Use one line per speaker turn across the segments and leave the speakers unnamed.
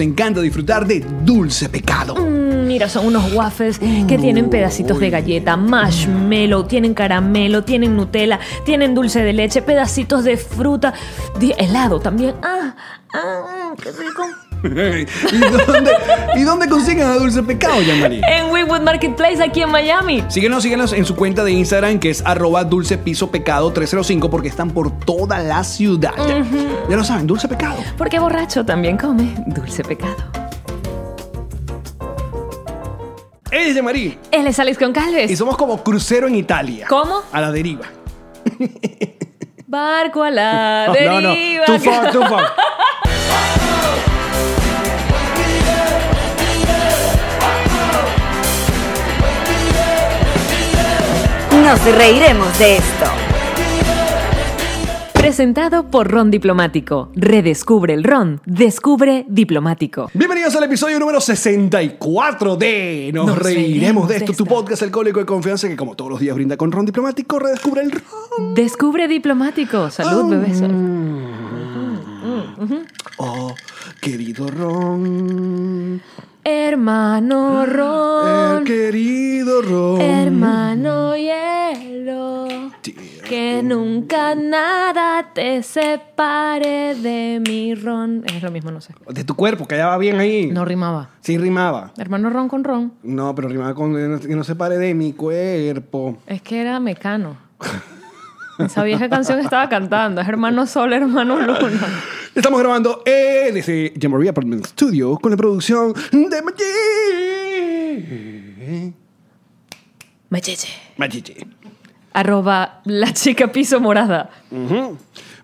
encanta disfrutar de Dulce Pecado.
Mm, Mira, son unos waffles que tienen pedacitos de galleta, marshmallow, tienen caramelo, tienen Nutella, tienen dulce de leche, pedacitos de fruta, di- helado también. ¡Ah! ¡Ah! ¡Qué rico!
¿Y, dónde, ¿Y dónde consiguen a Dulce Pecado, Jean-Marie?
En Wingwood Marketplace aquí en Miami.
Síguenos, síguenos en su cuenta de Instagram que es arroba dulce piso pecado 305 porque están por toda la ciudad. Ya lo saben, dulce pecado.
Porque borracho también come dulce pecado.
Ella es Marí
Él es Alex
y
Goncalves.
somos como crucero en Italia.
¿Cómo?
A la deriva.
Barco a la
No,
deriva.
no, no. Too far, too far.
Nos reiremos de esto.
Presentado por Ron Diplomático. Redescubre el Ron. Descubre Diplomático.
Bienvenidos al episodio número 64 de Nos,
Nos
reiremos
reiremos
de
de
esto, tu
esta.
podcast alcohólico de confianza que como todos los días brinda con ron diplomático, redescubre el ron.
Descubre Diplomático. Salud, Mm, bebés.
Mm. Oh, querido ron,
Hermano
eh,
Ron,
querido ron.
hermano hielo,
Tío.
que nunca nada te separe de mi Ron. Es lo mismo, no sé.
De tu cuerpo, quedaba bien ahí.
No rimaba.
Sí rimaba.
Hermano Ron con Ron.
No, pero rimaba con eh, no- que no se pare de mi cuerpo.
Es que era mecano. Esa vieja canción que estaba cantando. Es hermano sol, hermano luna.
Estamos grabando eh, desde Jamboree Apartment Studio con la producción de Machiche.
Macheche.
Machiche.
Arroba la chica piso morada.
Ujú.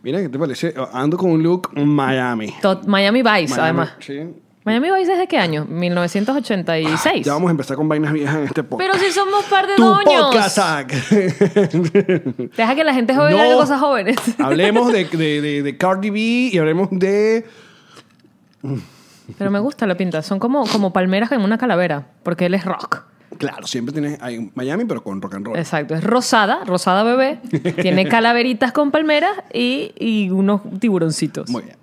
Mira, ¿qué te parece? Ando con un look Miami.
Tot- Miami Vice,
Miami,
además.
sí.
Miami Vice es de qué año? 1986.
Ah, Ya vamos a empezar con vainas viejas en este podcast.
Pero si somos par de
¡Tu
doños.
podcast, Zac.
Deja que la gente joven
No.
haga cosas jóvenes.
Hablemos de, de, de, de Cardi B y hablemos de...
Pero me gusta la pinta. Son como, como palmeras en una calavera. Porque él es rock.
Claro, siempre tienes ahí Miami, pero con rock and roll.
Exacto. Es rosada, rosada bebé. Tiene calaveritas con palmeras y, y unos tiburoncitos.
Muy bien.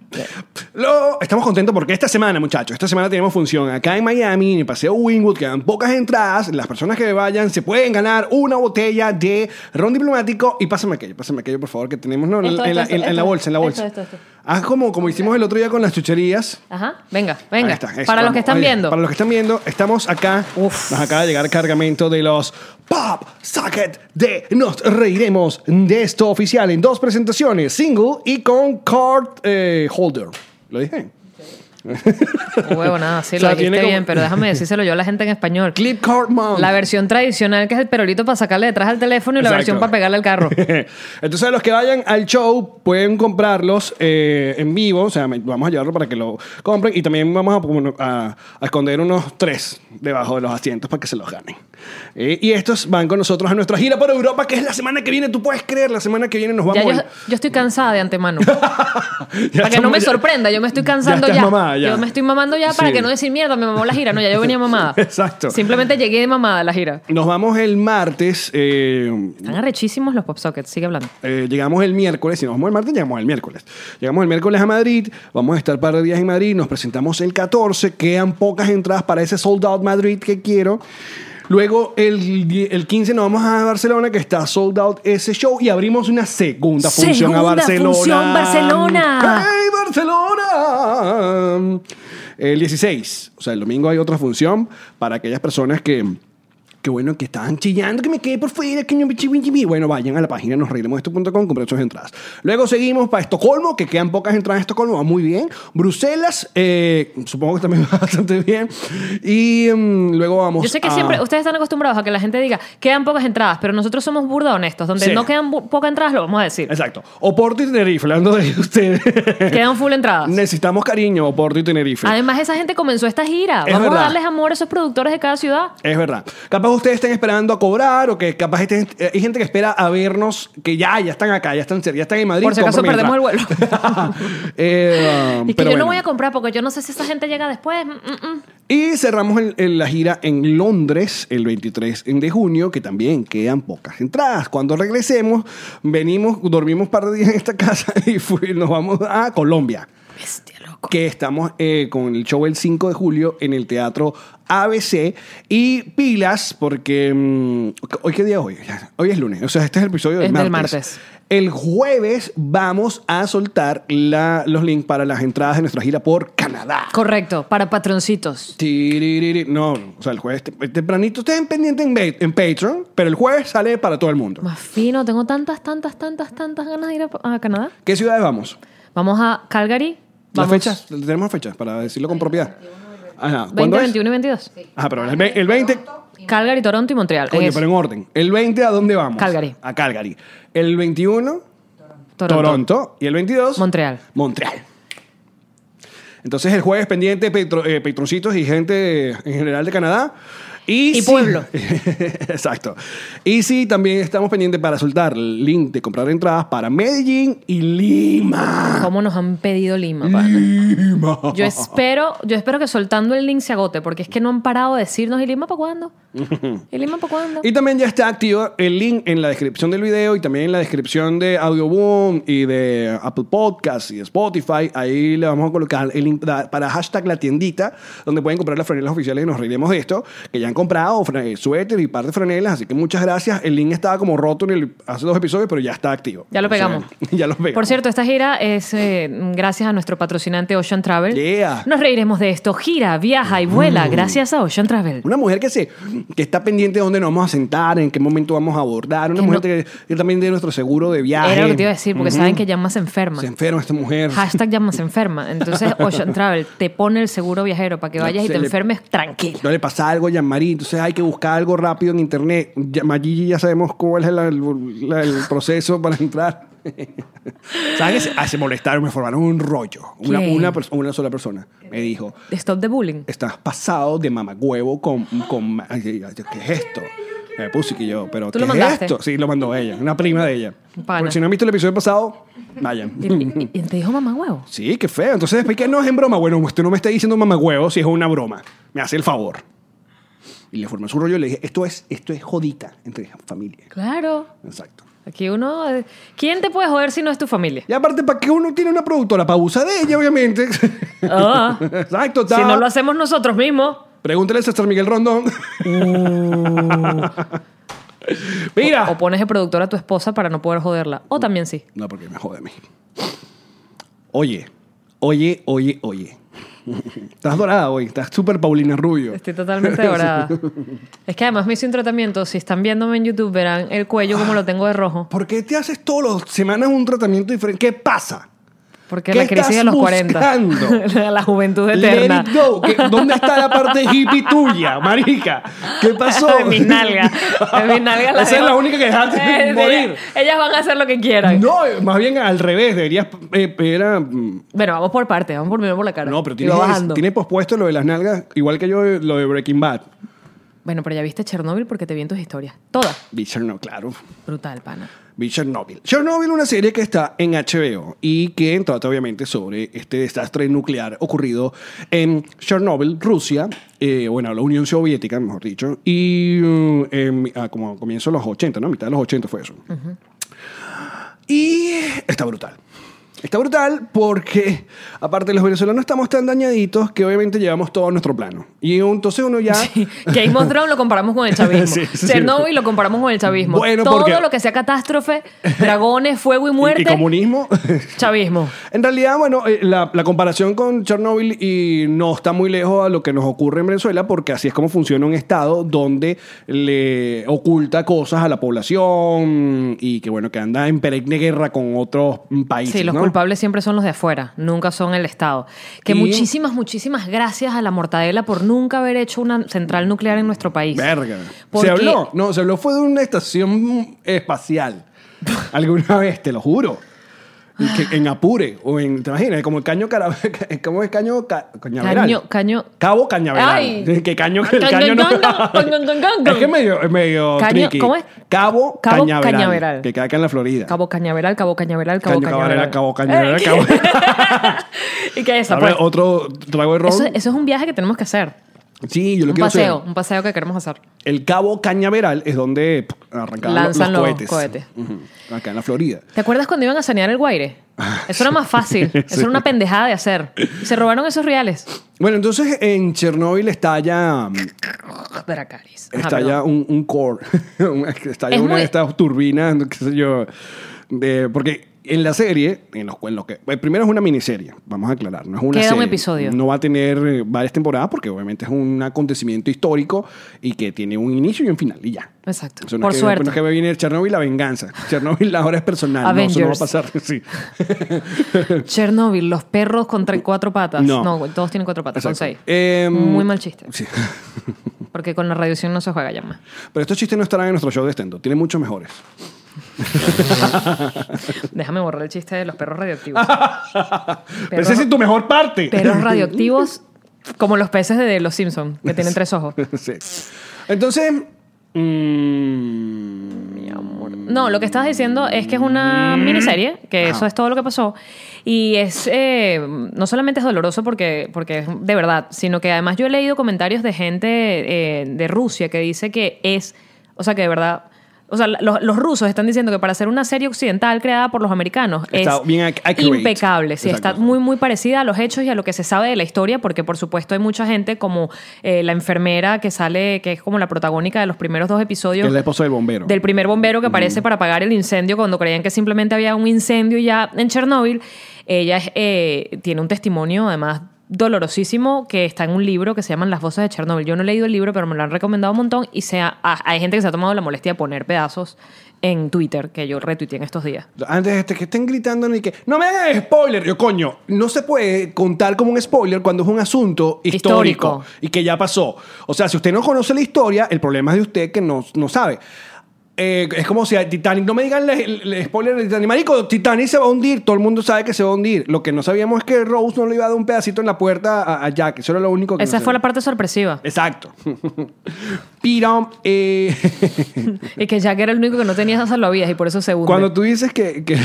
Lo- estamos contentos porque esta semana, muchachos, esta semana tenemos función acá en Miami, en el Paseo Wynwood, quedan pocas entradas. Las personas que vayan se pueden ganar una botella de ron diplomático. Y pásame aquello, pásame aquello, por favor, que tenemos no, en,
Esto,
la- en la,
esto,
en la
esto,
bolsa, en la bolsa.
esto, esto, esto.
Haz como, como hicimos el otro día con las chucherías.
Ajá. Venga,
Ahí
venga.
está, eso,
para los
vamos,
que están
ahí,
viendo.
Para los que están viendo, estamos acá.
Uf.
Nos acaba de llegar cargamento de los Pop Socket de Nos Reiremos de esto oficial en dos presentaciones, single y con card eh, holder. ¿Lo dije?
Oh, Huevo, nada. Sí,
O sea,
lo dijiste
tiene como-
bien. Pero déjame decírselo yo a la gente en español.
Clip Card Mount.
La versión tradicional que es el perolito para sacarle detrás al teléfono y la
Exacto.
versión para pegarle al carro.
Entonces, los que vayan al show pueden comprarlos eh, en vivo. O sea, me- vamos a llevarlo para que lo compren. Y también vamos a, pon- a- a esconder unos tres debajo de los asientos para que se los ganen. Eh, y estos van con nosotros a nuestra gira para Europa, que es la semana que viene. Tú puedes creer, la semana que viene nos
Ya
vamos.
yo,
a-
yo estoy cansada de antemano.
Ya
para que no
estamos-
me
ya-
sorprenda, yo me estoy cansando
ya
ya.
estás mamada, ya.
Yo me estoy mamando ya para
Sí.
que no decir mierda, me mamó la gira. No, ya yo venía mamada.
Exacto.
Simplemente llegué de mamada a la gira.
Nos vamos el martes. eh,
Están arrechísimos los pop sockets, sigue hablando.
Eh, llegamos el miércoles, si nos vamos el martes, llegamos el miércoles. Llegamos el miércoles a Madrid, vamos a estar par de días en Madrid, nos presentamos el 14, quedan pocas entradas para ese sold out Madrid que quiero. Luego el, die- el 15 nos vamos a Barcelona, que está sold out ese show, y abrimos una segunda función a
Segunda
Barcelona. ¡Ah!
función, Barcelona.
¡Hey, Barcelona! El 16, o sea, el domingo hay otra función para aquellas personas que Qué bueno que estaban chillando, que me quedé por fuera, que no me chibi, chibi. Bueno, vayan a la página nosreiremosesto.com, compren sus entradas. Luego seguimos para Estocolmo, que quedan pocas entradas en Estocolmo, va muy bien. Bruselas, eh, supongo que también va bastante bien. Y mm, luego vamos
Yo sé que
a-
siempre ustedes están acostumbrados a que la gente diga quedan pocas entradas, pero nosotros somos burda honestos. Donde
Sí.
no quedan bu- pocas entradas, lo vamos a decir.
Exacto. Oporto y Tenerife, hablando de ustedes.
Quedan full entradas.
Necesitamos cariño, Oporto y Tenerife.
Además, esa gente comenzó esta gira.
Es
Vamos
verdad.
a darles amor a esos productores de cada ciudad.
Es verdad. Capaz ustedes estén esperando a cobrar o que capaz estén- eh, hay gente que espera a vernos que ya, ya están acá, ya están cerca, ya están en Madrid.
Por si acaso
compra mi
perdemos el vuelo.
entrada. Eh, um,
Y que
pero
yo no
bueno.
voy a comprar porque yo no sé si esa gente llega después. Mm, mm, mm.
Y cerramos el- el- la gira en Londres el 23 de junio, que también quedan pocas entradas. Cuando regresemos, venimos, dormimos un par de días en esta casa y fui- nos vamos a Colombia.
Bestia, loco.
que estamos eh, con el show el 5 de julio en el Teatro ABC y pilas porque mm, hoy qué día es hoy Ya, hoy es lunes o sea este es el episodio del
Es
martes.
del martes.
el jueves vamos a soltar la- los links para las entradas de nuestra gira por Canadá
Correcto, para patroncitos.
Tiririri. no o sea el jueves te- tempranito estén pendientes en, Ba- en Patreon pero el jueves sale para todo el mundo
Más fino, tengo tantas, tantas, tantas, tantas ganas de ir a, a Canadá.
¿qué ciudades vamos?
Vamos a Calgary.
las
Vamos.
fechas tenemos fechas para decirlo con propiedad Ajá,
20,
¿cuándo es?
21 y 22.
Ajá, pero el, ve- el 20
Calgary, Toronto y Montreal.
Coño,
Es
pero en orden. El 20, ¿a dónde vamos?
Calgary.
A Calgary. El 21, Toronto.
Toronto.
Y el 22,
Montreal.
Montreal. Entonces, el jueves pendiente, petro- eh, patroncitos y gente eh, en general de Canadá. Y,
Y
sí-
pueblo.
Exacto. Y sí, también estamos pendientes para soltar el link de comprar entradas para Medellín y Lima.
¿Cómo nos han pedido Lima? pana?
Lima.
Yo espero, yo espero que soltando el link se agote, porque es que no han parado de decirnos, ¿y Lima para cuándo? ¿Y Lima para cuándo?
Y también ya está activo el link en la descripción del video y también en la descripción de Audioboom y de Apple Podcasts y de Spotify. Ahí le vamos a colocar el link da- para hashtag la tiendita, donde pueden comprar las franelas oficiales y nos reiremos de esto, que ya han comprado fra- eh, suéter y par de franelas. Así que muchas gracias. El link estaba como roto en el, hace dos episodios, pero ya está activo.
Ya lo
O sea,
pegamos.
ya lo pegamos.
Por cierto, esta gira es eh, gracias a nuestro patrocinante Ocean Travel.
Yeah. Mm.
Nos reiremos de esto. Gira, viaja y vuela gracias a Ocean Travel.
Una mujer que se que está pendiente de dónde nos vamos a sentar, en qué momento vamos a abordar. Una
Que
mujer
no-
que, que también de nuestro seguro de viaje.
Era lo que te iba a decir, porque
Ujú.
saben que llama se enferma.
Se enferma esta mujer.
Hashtag llama se enferma. Entonces Ocean Travel te pone el seguro viajero para que vayas y
Se
te
le-
enfermes tranquilo.
No le pasa algo a Yanmarí, entonces hay que buscar algo rápido en internet. Ya- Magigi ya sabemos cuál es la- el, la- el proceso para entrar. ¿Sabes? Ah, se molestaron, me formaron un rollo. Una,
¿Quién?
una, perso- una sola persona me dijo,
Stop the bullying.
estás pasado de mamagüevo con... con ma- Ay, yo, ¿Qué es esto? Me puse que yo, pero
¿Tú
¿qué
lo
es
mandaste?
esto? Sí, lo mandó ella, una prima de ella.
Pana.
Porque si no han visto el episodio pasado, vayan.
Y, y- y te dijo mamá huevo.
Sí, qué feo. Entonces, después que no es en broma, bueno, usted no me está diciendo mamagüevo si es una broma. Me hace el favor. Y le formé su rollo y le dije, esto es, esto es jodita entre familia.
Claro.
Exacto.
Aquí uno. eh, ¿Quién te puede joder si no es tu familia?
Y aparte, ¿para qué uno tiene una productora? Para abusar de ella, obviamente.
Ah.
Exacto, está.
si no lo hacemos nosotros mismos.
Pregúntale a César Miguel Rondón. Mira.
Uh. O pones de productor a tu esposa para no poder joderla. O también sí.
No, porque me jode a mí. Oye, oye, oye, oye. Estás dorada hoy, estás súper Paulina Rubio.
Estoy totalmente dorada. es que además me hice un tratamiento. Si están viéndome en YouTube, verán el cuello como lo tengo de rojo.
¿Por qué te haces todas las semanas un tratamiento diferente? ¿Qué pasa?
Porque
¿Qué
la crisis de los
estás buscando?
40. la juventud
Let
eterna.
it go. ¿Qué- ¿Dónde está la parte hippie tuya, marica? ¿Qué pasó?
De mis nalgas. De mis nalgas las
Esa es
dejo-
la única que dejaste
Eh, sí,
morir.
Ellas van a hacer lo que quieran.
No, más bien al revés. Deberías... eh, era, mm,
Bueno, vamos por partes. Vamos por primero por la cara.
no, pero
Y
tienes,
va bajando.
tienes pospuesto lo de las nalgas, igual que yo lo de Breaking Bad.
Bueno, pero ya viste Chernobyl porque te vi en tus historias. Todas.
Vi Chernobyl, claro.
Brutal, pana.
Vi Chernobyl. Chernobyl, una serie que está en HBO y que trata obviamente sobre este desastre nuclear ocurrido en Chernobyl, Rusia, eh, bueno, la Unión Soviética, mejor dicho, y uh, en- ah, como a comienzo de los 80, ¿no? A mitad de los 80 fue eso. Y está brutal. Está brutal porque, aparte, los venezolanos estamos tan dañaditos que obviamente llevamos todo a nuestro plano. Y entonces uno ya.
Game of Thrones lo comparamos con el chavismo.
Sí, sí, sí.
Chernobyl lo comparamos con el chavismo.
Bueno,
Todo
porque-
lo que sea catástrofe, dragones, fuego y muerte,
Y, y comunismo.
chavismo.
En realidad, bueno, eh, la, la comparación con Chernobyl y no está muy lejos a lo que nos ocurre en Venezuela, porque así es como funciona un Estado donde le oculta cosas a la población y que, bueno, que anda en peregrine guerra con otros países.
Sí, los
¿no?
culpables siempre son los de afuera, nunca son el Estado. Que
Y-
muchísimas, muchísimas gracias a la mortadela por nunca haber hecho una central nuclear en nuestro país.
Verga.
Porque-
Se habló, no, se habló fue de una estación espacial. Alguna vez, te lo juro. Y que en Apure, o en, ¿te imaginas? Como el caño, cara, como el caño ca- cañaveral.
Caño, caño.
Cabo Cañaveral.
Ay.
Que caño, el
Caño,
caño no.
caño, caño, caño.
es que es medio, es medio
Caño,
tricky.
¿cómo es?
Cabo,
Cabo
Cañaveral,
Cañaveral.
Que queda acá en la Florida.
Cabo Cañaveral, Cabo Cañaveral, Cabo
Caño
Cañaveral.
Cañaveral, Cabo Cañaveral,
Ey.
Cabo-
¿Y qué es esa?
Ahora,
pues?
otro trago de ron.
eso, eso es un viaje que tenemos que hacer.
sí, yo lo
Un
quiero hacer.
paseo, un paseo que queremos hacer.
El Cabo Cañaveral es donde pff, arrancaban los-
Lanzan
los,
los
cohetes.
cohetes.
Ujú, Acá en la Florida.
¿Te acuerdas cuando iban a sanear el Guaire? Eso era más fácil. Eso era una pendejada de hacer. Se robaron esos reales.
Bueno, entonces en Chernobyl estalla,
Dracarys. Ajá,
estalla
Ah, perdón.
mm, un, un core, un- estalla
Es
una
muy-
de estas turbinas, qué sé yo, de- porque en la serie, en los, en lo que, eh, primero es una miniserie, vamos a aclarar, no es una
Queda un
serie.
episodio.
No va a tener eh, varias temporadas porque obviamente es un acontecimiento histórico y que tiene un inicio y un final y ya.
Exacto.
O sea, no
Por
es que-
suerte.
No es que viene Chernobyl la venganza. Chernobyl ahora es personal. No,
Avengers.
eso no va a pasar. Sí.
Chernobyl, los perros contra cuatro patas.
No.
No, todos tienen cuatro patas, son
Exacto.
seis.
Em,
Muy mal chiste.
Sí.
Porque con la radiación no se juega ya más.
Pero estos chistes no estarán en nuestro show de estendo. Tienen muchos mejores.
Déjame borrar el chiste de los perros radioactivos.
Pero Pues esa es tu mejor parte.
Perros radioactivos como los peces de los Simpsons, que tienen tres ojos.
Sí. Entonces. mm,
No, lo que estabas diciendo es que es una
Mm-hmm.
miniserie, que eso es todo lo que pasó. Y es, eh, no solamente es doloroso porque, porque es de verdad, sino que además yo he leído comentarios de gente eh, de Rusia que dice que es, o sea, que de verdad, o sea, los, los rusos están diciendo que para hacer una serie occidental creada por los americanos
Está
es
bien ac- accurate.
impecable, sí, está
Exacto.
muy, muy parecida a los hechos y a lo que se sabe de la historia, porque por supuesto hay mucha gente como eh, la enfermera que sale, que es como la protagónica de los primeros dos episodios.
Que es la esposa del bombero.
Del primer bombero que aparece para apagar el incendio cuando creían que simplemente había un incendio ya en Chernóbil. Ella es, eh, tiene un testimonio, además dolorosísimo que está en un libro que se llama Las voces de Chernóbil. Yo no he leído el libro, pero me lo han recomendado un montón y se ha- ha- hay gente que se ha tomado la molestia de poner pedazos en Twitter que yo retuiteé en estos días.
Antes este, que estén gritando y que no me hagan spoiler, yo coño, no se puede contar como un spoiler cuando es un asunto histórico,
Histórico.
y que ya pasó. O sea, si usted no conoce la historia, el problema es de usted que no, no sabe. Eh, es como si a Titanic, no me digan le- le- le- spoiler de Titanic, marico, Titanic se va a hundir, todo el mundo sabe que se va a hundir. Lo que no sabíamos es que Rose no le iba a dar un pedacito en la puerta a, a Jack, eso era lo único que
Esa
no
fue la
sabía.
parte sorpresiva.
Exacto. Pero eh,
Y que Jack era el único que no tenía esas salvavidas y por eso se hunde.
cuando tú dices que- que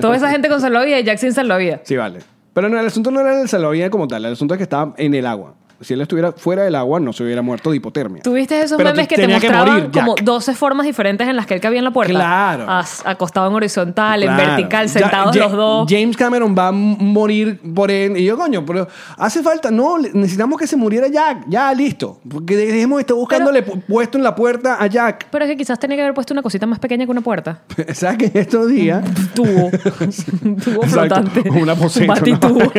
Toda esa gente con salvavidas y Jack sin salvavidas.
Sí, vale. Pero no, el asunto no era el salvavidas como tal, el asunto es que estaba en el agua. Si él estuviera fuera del agua, no se hubiera muerto de hipotermia.
Tuviste esos
Pero
memes que te
tenía
mostraban
morir,
como
Jack.
12 formas diferentes en las que él cabía en la puerta.
Claro.
As- acostado en horizontal, en
Claro.
vertical,
Ya-
sentados
Ja-
los dos.
James Cameron va a m- morir por él. Y yo, coño, pero hace falta. No, le- necesitamos que se muriera Jack. Ya, listo. Porque dejemos estar buscándole pu- puesto en la puerta a Jack.
Pero es que quizás tenía que haber puesto una cosita más pequeña que una puerta.
¿Sabes que en estos días?
Tubo. Tubo
Exacto.
flotante.
Una poseta, ¿no?
Batitubo.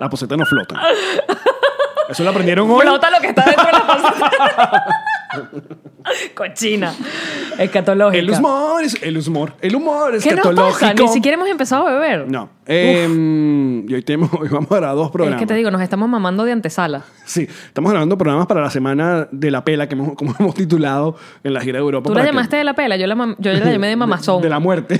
Las posetas no flotan. Eso lo aprendieron hoy.
Flota lo que está dentro de la poseta. Cochina. Escatológica.
El humor es el humor. El humor es
¿Qué nos pasa?
catológico.
Ni siquiera hemos empezado a beber.
No. Em, y hoy, tenemos, hoy vamos a grabar dos
Es
programas.
que te digo, nos estamos mamando de antesala.
Sí, estamos grabando programas para la semana de la pela, que hemos, como hemos titulado en la gira de Europa.
Tú la
para que-
llamaste de la pela, yo la, mam- yo la llamé de mamazón.
De la muerte.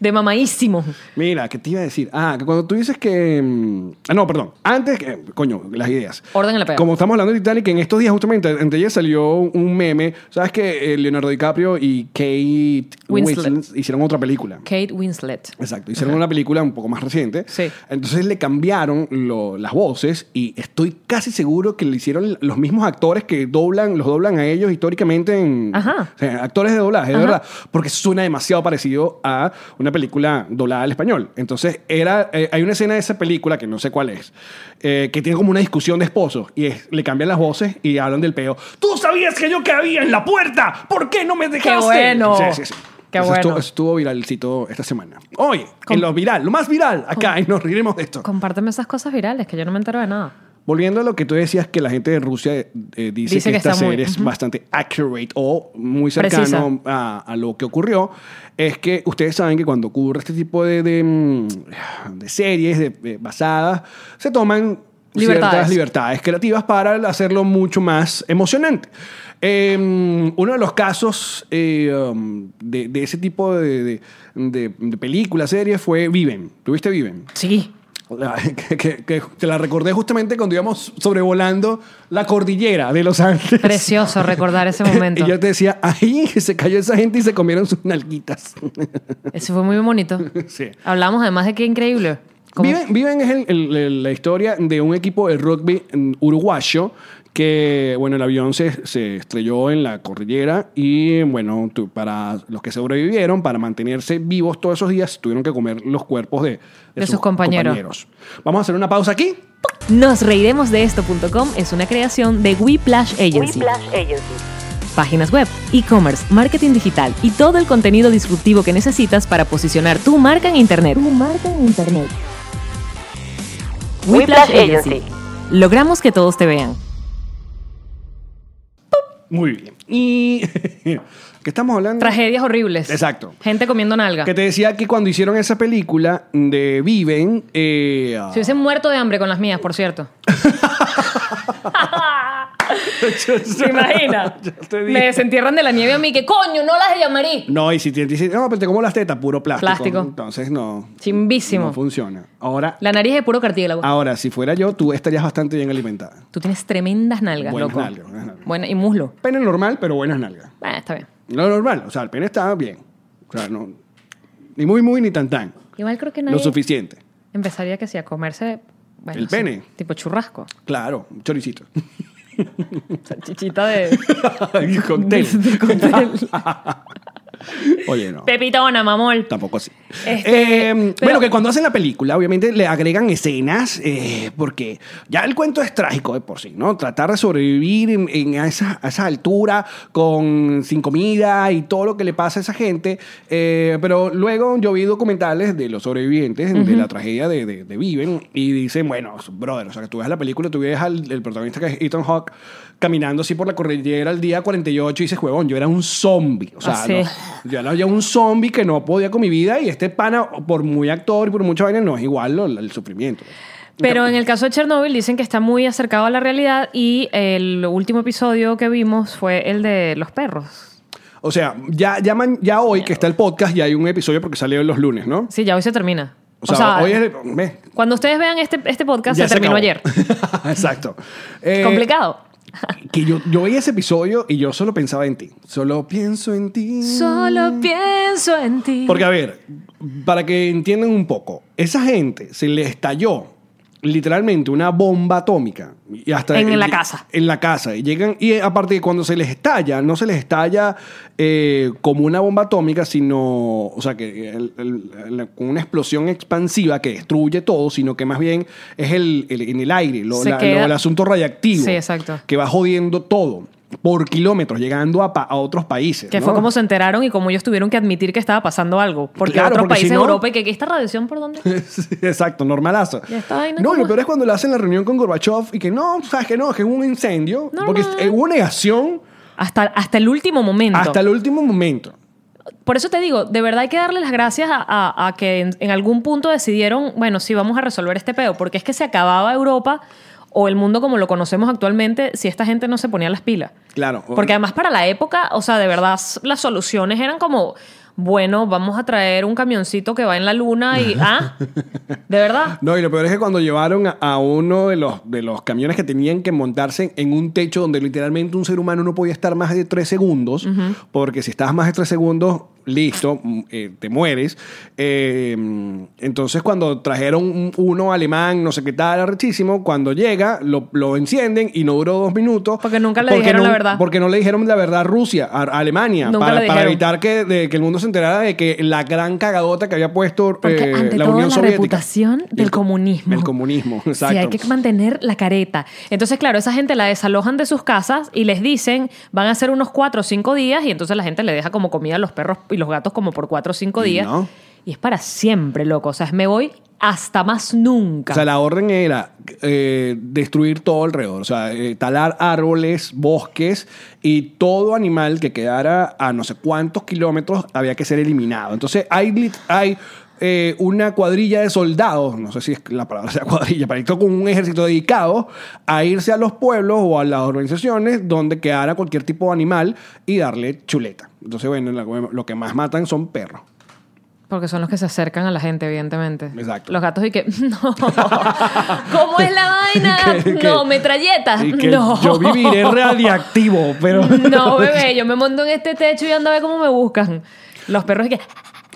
de mamaísimo.
Mira, ¿qué te iba a decir? Ah, que cuando tú dices que... mm, Ah, no, perdón. Antes que... eh, Coño, las ideas.
Orden en la pega.
Como estamos hablando de Titanic, en estos días justamente, entre ellas salió un meme. ¿Sabes que eh, Leonardo DiCaprio y Kate
Winslet.
Winslet hicieron otra película?
Kate Winslet.
Exacto, hicieron en una película un poco más reciente.
Sí.
Entonces le cambiaron lo- las voces y estoy casi seguro que le hicieron los mismos actores que doblan, los doblan a ellos históricamente en
Ajá.
o sea, actores de doblaje, de
Ajá.
verdad, porque suena demasiado parecido a una película doblada al español. Entonces era, eh, hay una escena de esa película que no sé cuál es, eh, que tiene como una discusión de esposos y es- le cambian las voces y hablan del peo. Tú sabías que yo cabía en la puerta, ¿por qué no me dejaste?
bueno!
Sí, sí, sí.
¡Qué
Eso
bueno!
Estuvo, estuvo viralcito esta semana. Hoy, en lo viral, lo más viral, acá, y nos riremos de esto.
Compárteme esas cosas virales, que yo no me entero de nada.
Volviendo a lo que tú decías, que la gente de Rusia eh, eh, dice,
Dice
que,
que
esta
está muy-
serie es
Ujú.
bastante accurate o muy
Precisa.
cercano a, a lo que ocurrió, es que ustedes saben que cuando ocurre este tipo de, de, mm, de series de- de basadas, se toman
Libertades.
ciertas libertades creativas para hacerlo mucho más emocionante. Eh, uno de los casos eh, um, de, de ese tipo de, de- de- de películas, series, fue Viven. ¿Tuviste Viven?
Sí.
La- que, que- que te la recordé justamente cuando íbamos sobrevolando la cordillera de los Andes.
Precioso recordar ese momento.
Y yo te decía, ahí se cayó esa gente y se comieron sus nalguitas.
Eso fue muy bonito.
Sí.
Hablamos además de que increíble. Como-
Viven, Viven es el- el- el- la historia de un equipo de rugby mm, uruguayo que, bueno, el avión se, se estrelló en la cordillera y, bueno, tu- para los que sobrevivieron, para mantenerse vivos todos esos días, tuvieron que comer los cuerpos de,
De sus compañeros.
compañeros. Vamos a hacer una pausa aquí.
Nos reiremos de esto.com es una creación de Whiplash Agency. Páginas web, e-commerce, marketing digital y todo el contenido disruptivo que necesitas para posicionar tu marca en Internet. Tu marca en Internet. Whiplash Agency. Logramos que todos te vean.
Muy bien. Y que estamos hablando.
Tragedias horribles.
Exacto.
Gente comiendo nalga.
Que te decía que cuando hicieron esa película de Viven, eh, ah,
Se hubiesen muerto de hambre con las mías, por cierto. ¿Te imaginas?
Yo te dije.
Me desentierran de la nieve a mí, que coño, no las llamaré.
no, y si te dicen, no, pero te como las tetas, puro plástico.
Plástico.
Entonces no,
Chimbísimo.
no funciona. Ahora,
la nariz es de puro cartílago.
ahora, si fuera yo, tú estarías bastante bien alimentada.
Tú tienes tremendas nalgas,
Buenas
loco.
nalgas, buenas nalgas.
Buena- y muslo.
Pene normal, pero buenas nalgas.
Bueno, está bien.
Lo normal, o sea, el pene está bien. O sea, no, ni muy, muy, ni tan, tan.
Igual creo que nadie
Lo suficiente.
empezaría que sí a comerse... bueno,
El
sí,
pene.
tipo churrasco.
Claro, un choricito.
Salchichita de...
Y cóctel.
de cóctel.
Oye, no.
Pepitona, mamol.
Tampoco así.
Este,
Eh,
pero-
bueno, que cuando hacen la película, obviamente le agregan escenas, eh, porque ya el cuento es trágico de por sí, ¿no? Tratar de sobrevivir en, en a, esa, a esa altura, con, sin comida y todo lo que le pasa a esa gente. eh, pero luego yo vi documentales de los sobrevivientes de la tragedia de, de- de Viven y dicen, bueno, brother, o sea, que tú ves la película, tú ves al el protagonista que es Ethan Hawke caminando así por la cordillera al día 48 y dices, huevón, yo era un zombie. O sea,
Así
no-
es.
yo era ya un zombie que no podía con mi vida y este pana, por muy actor y por mucha vaina, no es igual lo- el sufrimiento.
Pero en el caso de Chernobyl dicen que está muy acercado a la realidad y el último episodio que vimos fue el de los perros.
O sea, ya, ya, man- ya hoy que está el podcast, ya hay un episodio porque salió los lunes, ¿no?
Sí, ya hoy se termina.
O sea, hoy es... el- ve,
cuando ustedes vean este, este podcast
ya
se
acabó.
terminó ayer.
Exacto. Eh,
Complicado.
Que yo, yo veía ese episodio y yo solo pensaba en ti. Solo pienso en ti.
Solo pienso en ti.
Porque, a ver, para que entiendan un poco, esa gente se le estalló literalmente una bomba atómica. Y hasta
En la casa.
En la casa. Y llegan, y aparte, cuando se les estalla, no se les estalla eh, como una bomba atómica, sino, o sea, que el- el- el- con una explosión expansiva que destruye todo, sino que más bien es el, el- en el aire, lo-
Se
la-
queda-
lo- el asunto radiactivo.
Sí, exacto.
Que va jodiendo todo por kilómetros, llegando a, pa- a otros países.
que
¿no?
fue como se enteraron y como ellos tuvieron que admitir que estaba pasando algo. Porque
Claro,
otros
porque si
países de
no-
Europa y que que esta radiación por dónde.
Sí, Exacto, normalazo.
Ya está, ay, no,
no, y lo
¿cómo?
peor es cuando le hacen la reunión con Gorbachev y que no, sabes que no, que es un incendio,
Normal.
porque es una negación
Hasta, hasta el último momento.
hasta el último momento.
Por eso te digo, de verdad hay que darle las gracias a, a- a que en, en algún punto decidieron, bueno, sí, vamos a resolver este pedo, porque es que se acababa Europa o el mundo como lo conocemos actualmente si esta gente no se ponía las pilas.
Claro.
Porque además para la época, o sea, de verdad s- las soluciones eran como, bueno, vamos a traer un camioncito que va en la luna y, ah, de verdad.
No, y lo peor es que cuando llevaron a, a uno de los, de los camiones que tenían que montarse en un techo donde literalmente un ser humano no podía estar más de tres segundos, porque si estabas más de tres segundos, listo, mm, eh, te mueres. Eh, entonces, cuando trajeron un- uno alemán, no sé qué tal, arrechísimo, cuando llega, lo, lo encienden y no duró dos minutos.
Porque nunca le dijeron
no-
la verdad.
Porque no le dijeron la verdad a Rusia, a, a Alemania,
Nunca
para,
le
para
dijeron.
evitar que, de que el mundo se enterara de que la gran cagadota que había puesto
Porque
eh,
ante
la
todo
Unión
la
Soviética.
reputación
Y
del
el co-
comunismo.
Del comunismo, exacto.
Sí, hay que mantener la careta. Entonces, claro, esa gente la desalojan de sus casas y les dicen, van a ser unos cuatro o cinco días y entonces la gente le deja como comida a los perros y los gatos como por cuatro o cinco
Y
días.
no.
Y es para siempre, loco. O sea, es me voy hasta más nunca.
O sea, la orden era eh, destruir todo alrededor, o sea, eh, talar árboles, bosques y todo animal que quedara a no sé cuántos kilómetros había que ser eliminado. Entonces, hay, lit- hay eh, una cuadrilla de soldados, no sé si es que la palabra sea cuadrilla, pero esto con un ejército dedicado a irse a los pueblos o a las organizaciones donde quedara cualquier tipo de animal y darle chuleta. Entonces, bueno, la- lo que más matan son perros.
Porque son los que se acercan a la gente, evidentemente.
Exacto.
Los gatos y que, no, ¿cómo es la vaina?
Que- que-
no, metralletas.
Y que
no.
yo viviré radiactivo, pero...
No, bebé, yo me monto en este techo y ando a ver cómo me buscan. Los perros y que...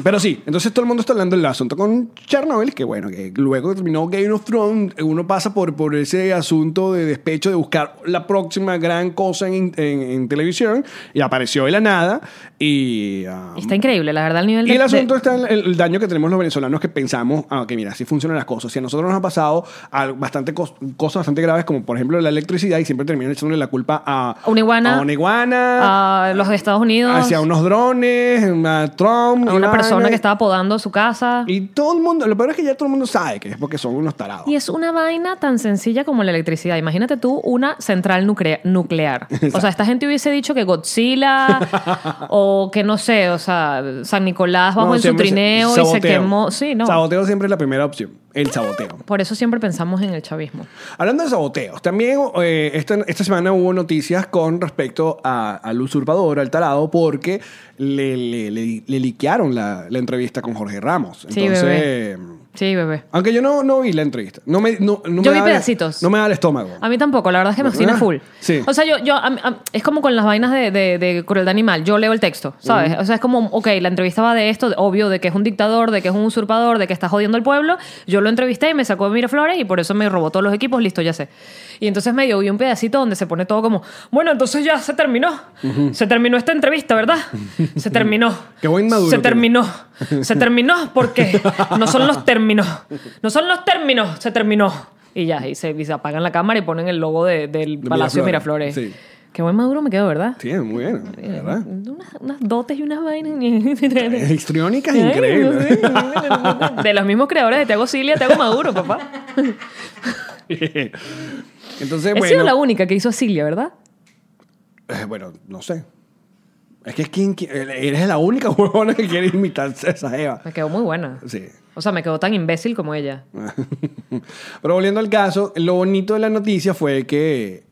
Pero sí, entonces todo el mundo está hablando del asunto con Chernobyl, que bueno, que luego que terminó Game of Thrones, uno pasa por, por ese asunto de despecho de buscar la próxima gran cosa en, en- en televisión y apareció de la nada y... ah,
Está increíble, la verdad, el nivel
y
de...
el asunto
de-
está en el, el daño que tenemos los venezolanos que pensamos, ah, que mira, así funcionan las cosas. Si a nosotros nos ha pasado al- bastante cos- cosas bastante graves, como por ejemplo la electricidad, y siempre terminan echándole la culpa a...
A una iguana.
A una iguana.
a Ah, los de Estados Unidos,
Hacia unos drones, a Trump.
a una
y
persona
vaina.
que estaba podando su casa. Y,
Y todo el mundo, lo peor es que ya todo el mundo sabe que es porque son unos tarados.
es una vaina tan sencilla como la electricidad. Imagínate tú una central nucre- nuclear. O sea, esta gente hubiese dicho que Godzilla o que no sé, o sea, San Nicolás bajó
No,
en su
siempre se-
trineo y se
saboteo.
quemó. Sí, no.
Saboteo siempre es la primera opción, el saboteo.
Por eso siempre pensamos en el chavismo.
Hablando de saboteos, también eh, esta, esta semana hubo noticias con respecto a- al usurpador, al tarado, porque le, le, le- le liquearon la, la entrevista con Jorge Ramos.
Sí,
Entonces,
bebé. Sí, bebé.
aunque yo no, no vi la entrevista. No me, no, no
Yo
me
vi
da-
pedacitos.
No me da el estómago.
A mí tampoco, la verdad es que me obstina
Ah,
full.
sí.
O sea, yo, yo a mí- a- es como con las vainas de, de- de crueldad animal. Yo leo el texto, ¿sabes? O sea, es como, ok, la entrevista va de esto, de- obvio, de que es un dictador, de que es un usurpador, de que está jodiendo al pueblo. Yo lo entrevisté y me sacó de Miraflores y por eso me robó todos los equipos, listo, ya sé. Y entonces medio vi un pedacito donde se pone todo como, bueno, entonces ya se terminó. Se terminó esta entrevista, ¿verdad? Se terminó.
Qué buen maduro
Se
tiene.
terminó. Se terminó porque no son los términos. No son los términos. Se terminó. Y ya, y se, y se apagan la cámara y ponen el logo de- del
De
Palacio
Miraflores,
Miraflores.
sí.
Qué buen maduro me quedo, ¿verdad? Mm,
Sí, muy bien, ¿verdad?
Unas, unas dotes y unas vainas.
Histriónicas
Ay,
increíbles.
De los mismos creadores de Te hago Cilia, Te hago Maduro, papá.
Entonces,
He
bueno.
sido la única que hizo a Cilia, ¿verdad?
Eh, bueno, no sé. Es que es quien, qui- eres la única huevona que quiere imitarse a esa Eva.
Me quedó muy buena.
Sí.
O sea, me quedó tan imbécil como ella.
Pero volviendo al caso, lo bonito de la noticia fue que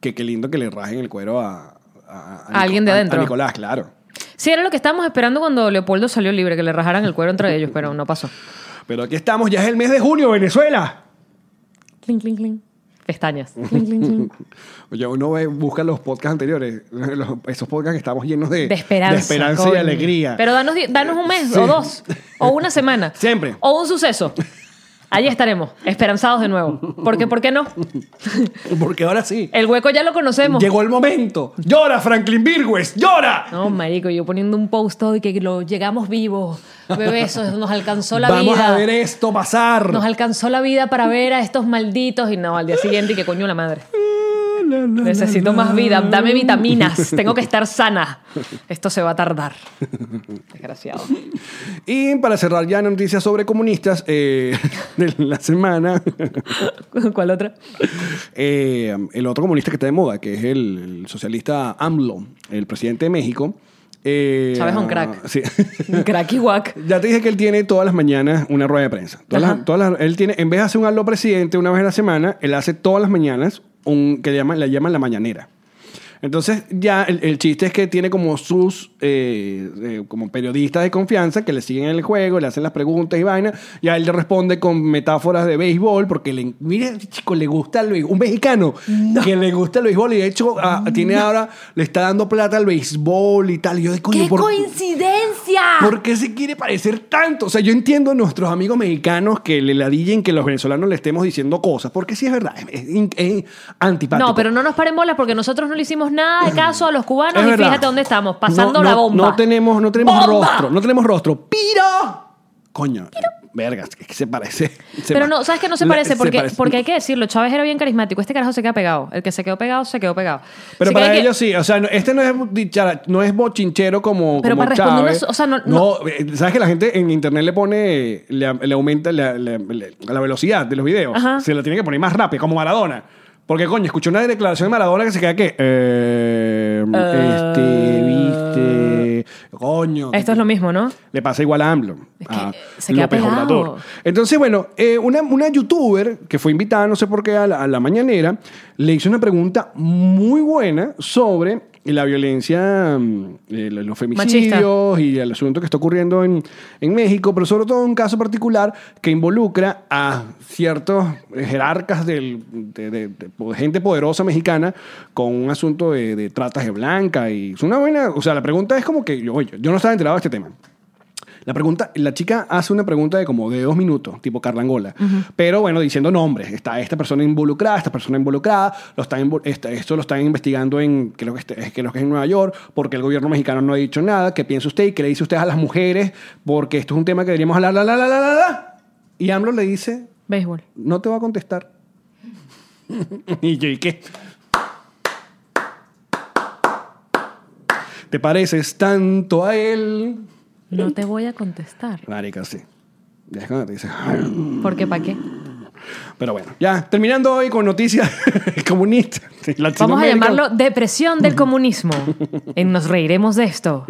que qué lindo que le rajen el cuero a, a-
A alguien de
a-
adentro.
A Nicolás, claro.
Sí, era lo que estábamos esperando cuando Leopoldo salió libre, que le rajaran el cuero entre ellos, pero no pasó.
Pero aquí estamos, ya es el mes de junio, Venezuela.
Cling, cling, cling. Pestañas. Cling, cling, cling.
Oye, uno ve, busca los podcasts anteriores, los- esos podcasts que estamos llenos de,
De esperanza.
de esperanza y
coño.
alegría.
Pero danos, di- danos un mes,
Sí.
o dos, o una semana.
Siempre.
O un suceso. Allí estaremos, esperanzados de nuevo. Porque, ¿por qué no?
Porque ahora sí,
El hueco ya lo conocemos.
llegó el momento. ¡Llora, Franklin Virgües! ¡Llora!
No, marico, yo poniendo un post hoy que lo llegamos vivos. Bebé, eso nos alcanzó la
Vamos
vida.
a ver esto pasar.
Nos alcanzó la vida para ver a estos malditos. Y no, al día siguiente, y que coño la madre. Necesito más vida. Dame vitaminas. Tengo que estar sana. Esto se va a tardar. Desgraciado.
Y para cerrar ya noticias sobre comunistas eh, de la semana,
¿Cuál otra?
eh, el otro comunista que está de moda, que es el, el socialista AMLO, el presidente de México. eh,
Chávez es un crack.
Sí.
Un Crack y guac.
Ya te dije que él tiene todas las mañanas una rueda de prensa. Todas las-
Ajá.
todas las- él tiene, en vez de hacer un AMLO presidente una vez a la semana, él hace todas las mañanas un que le llaman, le llaman la mañanera. Entonces ya el, el chiste es que tiene como sus eh, eh, como periodistas de confianza que le siguen el juego, le hacen las preguntas y vaina, y a él le responde con metáforas de béisbol, porque le, mire, chico, le gusta el béisbol. Un mexicano que le gusta el béisbol y de hecho a- tiene ahora, le está dando plata al béisbol y tal. Y yo de coño,
¡Qué
¿por-
coincidencia!
¿Por qué se quiere parecer tanto? O sea, yo entiendo a nuestros amigos mexicanos que le ladillen que los venezolanos le estemos diciendo cosas, porque sí es verdad, es, es- es antipático.
No, pero no nos paren bolas porque nosotros no le hicimos nada de caso a los cubanos
Es
y
verdad.
fíjate dónde estamos, pasando
No, no,
la bomba.
No tenemos, no tenemos
¡Bomba!
rostro, no tenemos rostro. ¡Piro! Coño, vergas, es que se parece. se
Pero
pa-
no, ¿sabes qué? No se
la-
parece porque,
parece.
porque hay que decirlo, Chávez era bien carismático, este carajo se queda pegado, el que se quedó pegado, se quedó pegado.
Pero
Así que
para
hay que-
ellos sí, o sea, no- este no es, dichara- no es bochinchero como,
Pero
como
para responder
Chávez.
una- o sea, no-
eh, sabes que la gente en internet le pone, le, le aumenta la, la- la- la velocidad de los videos.
Ajá.
Se la tiene que poner más rápido, como Maradona. Porque, coño, escuché una declaración de Maradona que se queda que. eh, este, viste. Coño.
Esto es lo mismo, ¿no?
Le pasa igual a AMLO. a
eh, se queda
López
pegado.
Obrador. Entonces, bueno, eh, una, una youtuber que fue invitada, no sé por qué, a la, a la mañanera, le hizo una pregunta muy buena sobre la violencia, mm, eh, los femicidios y el asunto que está ocurriendo en, en México, pero sobre todo un caso particular que involucra a ciertos eh, jerarcas del- de, de- de po- gente poderosa mexicana con un asunto de, de tratas de blanca. Y es una buena, o sea, la pregunta es como que, yo- oye, yo no estaba enterado de este tema. La pregunta, la chica hace una pregunta de como de dos minutos, tipo Carlangola, pero bueno, diciendo nombres. Está esta persona involucrada, esta persona involucrada, lo están invo- esta- esto lo están investigando en, creo que, este- es, creo que es en Nueva York, porque el gobierno mexicano no ha dicho nada. ¿Qué piensa usted y qué le dice usted a las mujeres? Porque esto es un tema que deberíamos hablar, la, la, la, la, la, la. Y AMLO le dice,
Béisbol.
no te va a contestar. y yo, ¿y qué? ¿Te pareces tanto a él?
No te voy a contestar.
Marica, sí. Ya es cuando te dices, "Ah".
Porque ¿para qué?
Pero bueno, ya terminando hoy con noticias comunistas. de
Vamos a
Latinoamérica.
llamarlo depresión del comunismo. En nos reiremos de esto.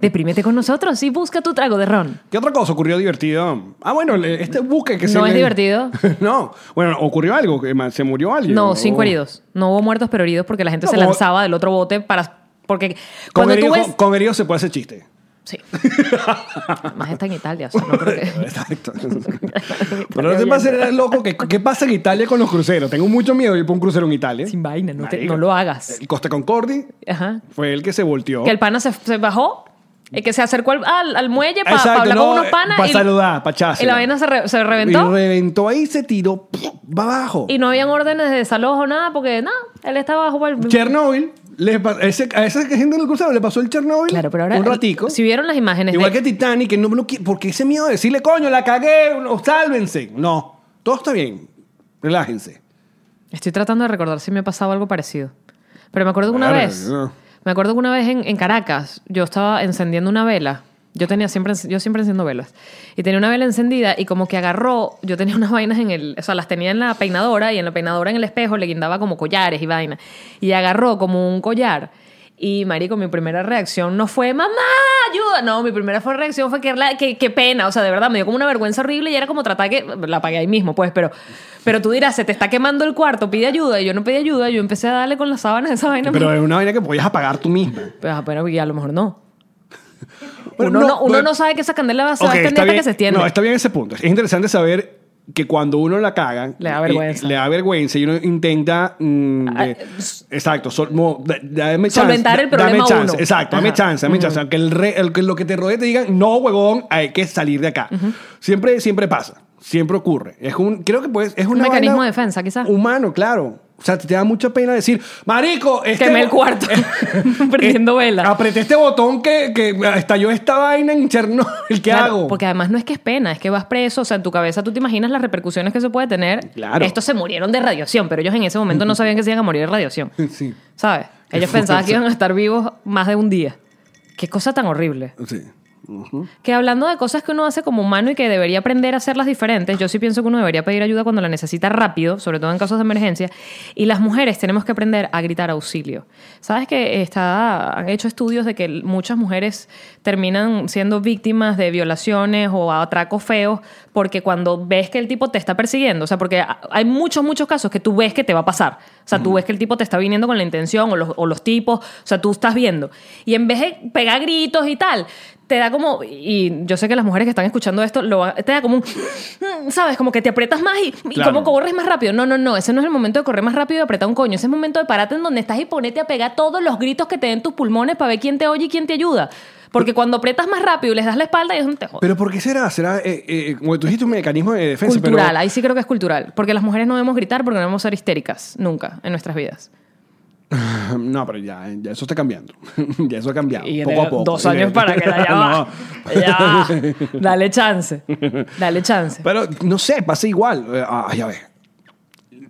Deprímete con nosotros y busca tu trago de ron.
¿Qué otra cosa ocurrió divertido? Ah, bueno, le- este buque que se.
¿No es
le-
divertido?
no. Bueno, ocurrió algo, que ma- se murió alguien.
No,
o-
cinco heridos. No hubo muertos, pero heridos porque la gente
No,
se
como-
lanzaba del otro bote para. Porque
Con,
cuando tú
heridos,
ves.
con- con heridos se puede hacer chiste.
Sí. Más está en Italia. o sea, no creo que-
Exacto. Pero no te pases era loco. que- ¿Qué pasa en Italia con los cruceros? Tengo mucho miedo de ir por un crucero en Italia.
Sin vaina, no, te-
Marica.
no lo hagas.
El Costa Concordi
Ajá.
fue el que se volteó.
Que el pana se, se bajó, eh, que se acercó al, al- al muelle para
Exacto,
hablar con
no, Eh,
unos panas.
pa'
y-
saludar, pa' echársela.
Y la vaina se, re- se
Y
reventó.
reventó ahí, se tiró, va abajo.
Y no habían órdenes de desalojo, nada, porque nada, él estaba bajo el.
Chernobyl, le pa- ese- a esa gente del cruzado le pasó el Chernobyl
Claro, pero ahora.
un ratico.
Si vieron las imágenes.
Igual
de-
que Titanic, que no, no qui- porque ese miedo de decirle, coño, la cagué, no, sálvense. No, todo está bien, relájense.
Estoy tratando de recordar si me ha pasado algo parecido. Pero me acuerdo que una
Claro,
vez.
no.
Me acuerdo que una vez en, en Caracas, yo estaba encendiendo una vela. Yo tenía siempre, yo siempre enciendo velas. Y tenía una vela encendida y como que agarró, yo tenía unas vainas en el, o sea, las tenía en la peinadora y en la peinadora en el espejo le guindaba como collares y vainas. Y agarró como un collar. Y marico, mi primera reacción no fue, mamá, ayuda. No, mi primera fue- reacción fue que, la- que, que pena. O sea, de verdad, me dio como una vergüenza horrible y era como tratar que, la apagué ahí mismo, pues, pero, pero tú dirás, se te está quemando el cuarto, pide ayuda. Y yo no pedí ayuda, yo empecé a darle con las sábanas a esa vaina.
Pero es una vaina que podías apagar tú misma.
Pues, ah, pero y a lo mejor no.
Bueno,
uno no, uno
bueno,
no sabe que esa candela va- se va
ok,
a
está
extender hasta
bien.
este que se extiende.
No, está bien ese punto. Es interesante saber que cuando uno la caga...
Le da
y-
vergüenza.
le da vergüenza y uno intenta... mm,
Ah,
de-
s-
exacto. sol- mo- da- dame chance,
Solventar el
da- dame
problema a
chance,
uno.
Exacto. Dame
Ajá.
chance, dame chance. Aunque el re- el que lo que te rodee te digan, no, huevón, hay que salir de acá. Siempre siempre pasa. Siempre ocurre. Es un, creo que pues, es una
mecanismo
vaina
de defensa, quizá.
Humano, claro. O sea, te da mucha pena decir, marico, este...
Quemé el cuarto, prendiendo vela.
Apreté este botón que, que estalló esta vaina en Chernobyl. ¿Qué
Claro,
hago?
Porque además no es que es pena, es que vas preso. O sea, en tu cabeza tú te imaginas las repercusiones que eso puede tener.
Claro.
Estos se murieron de radiación, pero ellos en ese momento no sabían que se iban a morir de radiación.
Sí.
¿Sabes? Ellos pensaban que iban a estar vivos más de un día. Qué cosa tan horrible.
Sí.
Que hablando de cosas que uno hace como humano y que debería aprender a hacerlas diferentes, yo sí pienso que uno debería pedir ayuda cuando la necesita rápido, sobre todo en casos de emergencia. Y las mujeres tenemos que aprender a gritar auxilio. Sabes que está, han hecho estudios de que l- muchas mujeres terminan siendo víctimas de violaciones o atracos feos porque cuando ves que el tipo te está persiguiendo, o sea, porque a- hay muchos, muchos casos que tú ves que te va a pasar. O sea, tú ves que el tipo te está viniendo con la intención o los, o los tipos, o sea, tú estás viendo. Y en vez de pegar gritos y tal, te da como, y yo sé que las mujeres que están escuchando esto, lo, va- te da como un, ¿sabes? Como que te aprietas más y, y
Claro.
como corres más rápido. No, no, no, ese no es el momento de correr más rápido y apretar un coño. Ese es el momento de pararte en donde estás y ponerte a pegar todos los gritos que te den tus pulmones para ver quién te oye y quién te ayuda. Porque cuando apretas más rápido y les das la espalda, ellos no te joden.
Pero ¿por qué será? Será, eh, eh, como tú dijiste, un mecanismo de defensa. pero-
cultural, ahí sí creo que es cultural. Porque las mujeres no debemos gritar porque no debemos ser histéricas, nunca, en nuestras vidas.
No, pero ya, ya eso está cambiando. ya eso ha cambiado.
Y
poco
de-
a poco.
dos años para que la ya va. Ya va. Dale chance. Dale chance.
Pero no sé, pasa igual. Eh, Ay, a ver.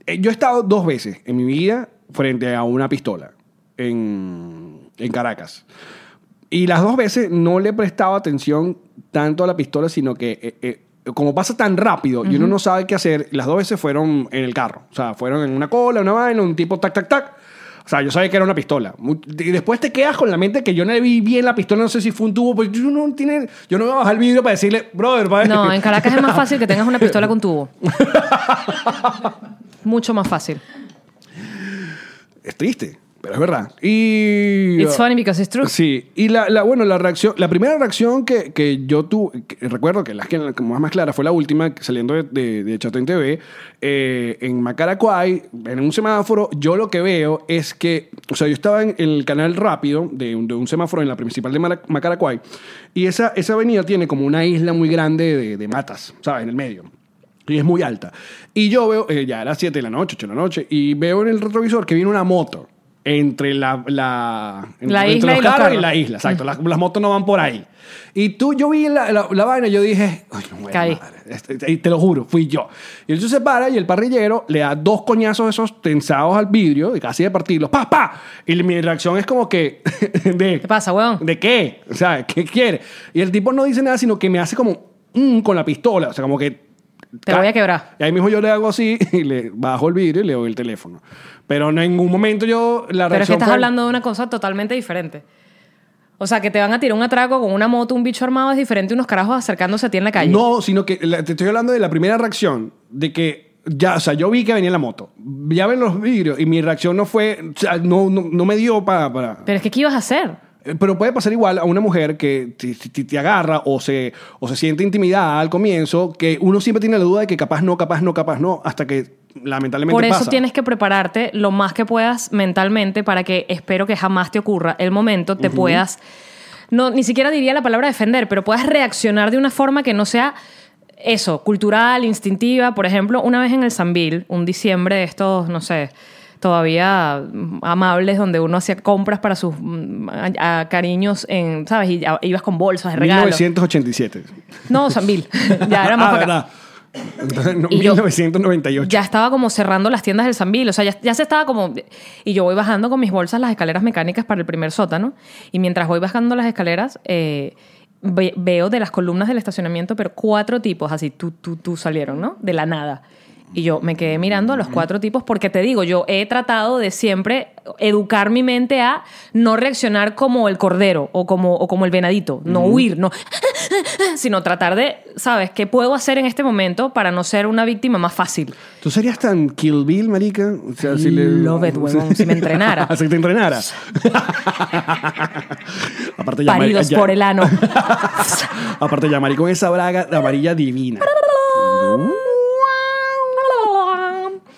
Eh, Yo he estado dos veces en mi vida frente a una pistola en, en Caracas. Y las dos veces no le prestaba atención tanto a la pistola, sino que eh, eh, como pasa tan rápido y uno no sabe qué hacer, las dos veces fueron en el carro. O sea, fueron en una cola, una vaina, un tipo tac, tac, tac. O sea, yo sabía que era una pistola. Mu- Y después te quedas con la mente que yo no le vi bien la pistola, no sé si fue un tubo, pues yo no tiene, yo no voy a bajar el vidrio para decirle, brother, pa-
No, en Caracas es más fácil que tengas una pistola con tubo. Mucho más fácil.
Es triste, pero es verdad. Y.
It's funny because it's true.
Sí, y la, la- bueno, la reacción, la primera reacción que, que yo tuve, que recuerdo que la que la- como más, más clara fue la última, que saliendo de, de, de Chateau en TV, eh, en Macaracuay, en un semáforo, yo lo que veo es que, o sea, yo estaba en el canal rápido de un, de un semáforo en la principal de Mara- Macaracuay, y esa, esa avenida tiene como una isla muy grande de, de matas, ¿sabes? En el medio. Y es muy alta. Y yo veo, eh, ya era 7 de la noche, 8 de la noche, y veo en el retrovisor que viene una moto entre la, la,
La
entre
isla
los
y los
carros
carros.
y la isla, exacto. Las, las motos no van por ahí. Y tú, yo vi la, la, la vaina y yo dije, "Ay, no, güey,
Caí.
madre". Este- y te lo juro, fui yo. Y él se para y el parrillero le da dos coñazos esos tensados al vidrio, y casi de partirlos, ¡pa, pa! Y mi reacción es como que, de,
¿Qué pasa, weón?
¿De qué? O sea, ¿qué quiere? Y el tipo no dice nada, sino que me hace como mm, con la pistola. O sea, como que.
Te voy a quebrar.
Y ahí mismo yo le hago así y le bajo el vidrio y le doy el teléfono. Pero en ningún momento yo la
Pero es que
reacción
estás
fue-
hablando de una cosa totalmente diferente. O sea, que te van a tirar un atraco con una moto, un bicho armado, es diferente a unos carajos acercándose a ti en la calle.
No, sino que la- te estoy hablando de la primera reacción, de que ya, o sea, yo vi que venía la moto, ya ven los vidrios y mi reacción no fue, o sea, no, no, no me dio para. para
Pero es que, ¿qué ibas a hacer?
Eh, Pero puede pasar igual a una mujer que te, te- te agarra o se, o se siente intimidada al comienzo, que uno siempre tiene la duda de que capaz no, capaz no, capaz no, hasta que lamentablemente
Por eso
pasa.
tienes que prepararte lo más que puedas mentalmente para que espero que jamás te ocurra el momento, te puedas, no, ni siquiera diría la palabra defender, pero puedas reaccionar de una forma que no sea eso, cultural, instintiva. Por ejemplo, una vez en el Sambil, un diciembre de estos, no sé, todavía mm, amables, donde uno hacía compras para sus mm, a- a cariños, en, ¿sabes? Y ya ibas con bolsas de regalo.
1987.
No, Sambil, ya era más
Ah,
para acá.
¿verdad? No,
Y yo-
1998.
Ya estaba como cerrando las tiendas del Sambil, o sea, ya, ya se estaba como... Y yo voy bajando con mis bolsas las escaleras mecánicas para el primer sótano, y mientras voy bajando las escaleras, eh, ve- veo de las columnas del estacionamiento, pero cuatro tipos, así, tú, tú, tú salieron, ¿no? De la nada. Y yo me quedé mirando a los cuatro tipos porque te digo, yo he tratado de siempre educar mi mente a no reaccionar como el cordero o como, o como el venadito, no huir, no, sino tratar de, ¿sabes? ¿Qué puedo hacer en este momento para no ser una víctima más fácil?
¿Tú serías tan Kill Bill, marica? O sea, si le...
Love it, huevón, si me entrenara.
si te entrenara. Aparte, ya,
Paridos
ya-
por el ano.
Aparte, ya, maricón, esa braga amarilla divina.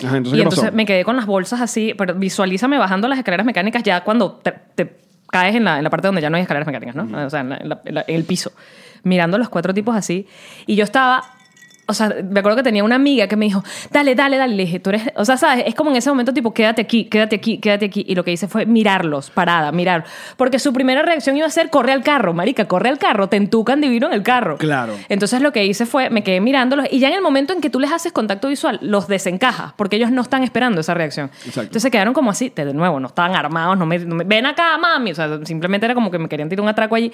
Ajá, entonces,
y
¿qué
entonces
pasó?
me quedé con las bolsas así, pero visualízame bajando las escaleras mecánicas ya cuando te, te caes en la, en la parte donde ya no hay escaleras mecánicas, ¿no? O sea, en, la- en la- en la- en el piso, mirando a los cuatro tipos así. Y yo estaba, o sea, me acuerdo que tenía una amiga que me dijo, dale, dale, dale. Le dije, tú eres, o sea, ¿sabes? Es como en ese momento tipo, quédate aquí, quédate aquí, quédate aquí. Y lo que hice fue mirarlos, parada, mirar. Porque su primera reacción iba a ser, corre al carro, marica, corre al carro, te entucan divino en el carro.
Claro.
Entonces lo que hice fue, me quedé mirándolos y ya en el momento en que tú les haces contacto visual, los desencajas, porque ellos no están esperando esa reacción.
Exacto.
Entonces se quedaron como así, de de nuevo, no estaban armados, no me, no me- ven acá, mami, o sea, simplemente era como que me querían tirar un atraco allí.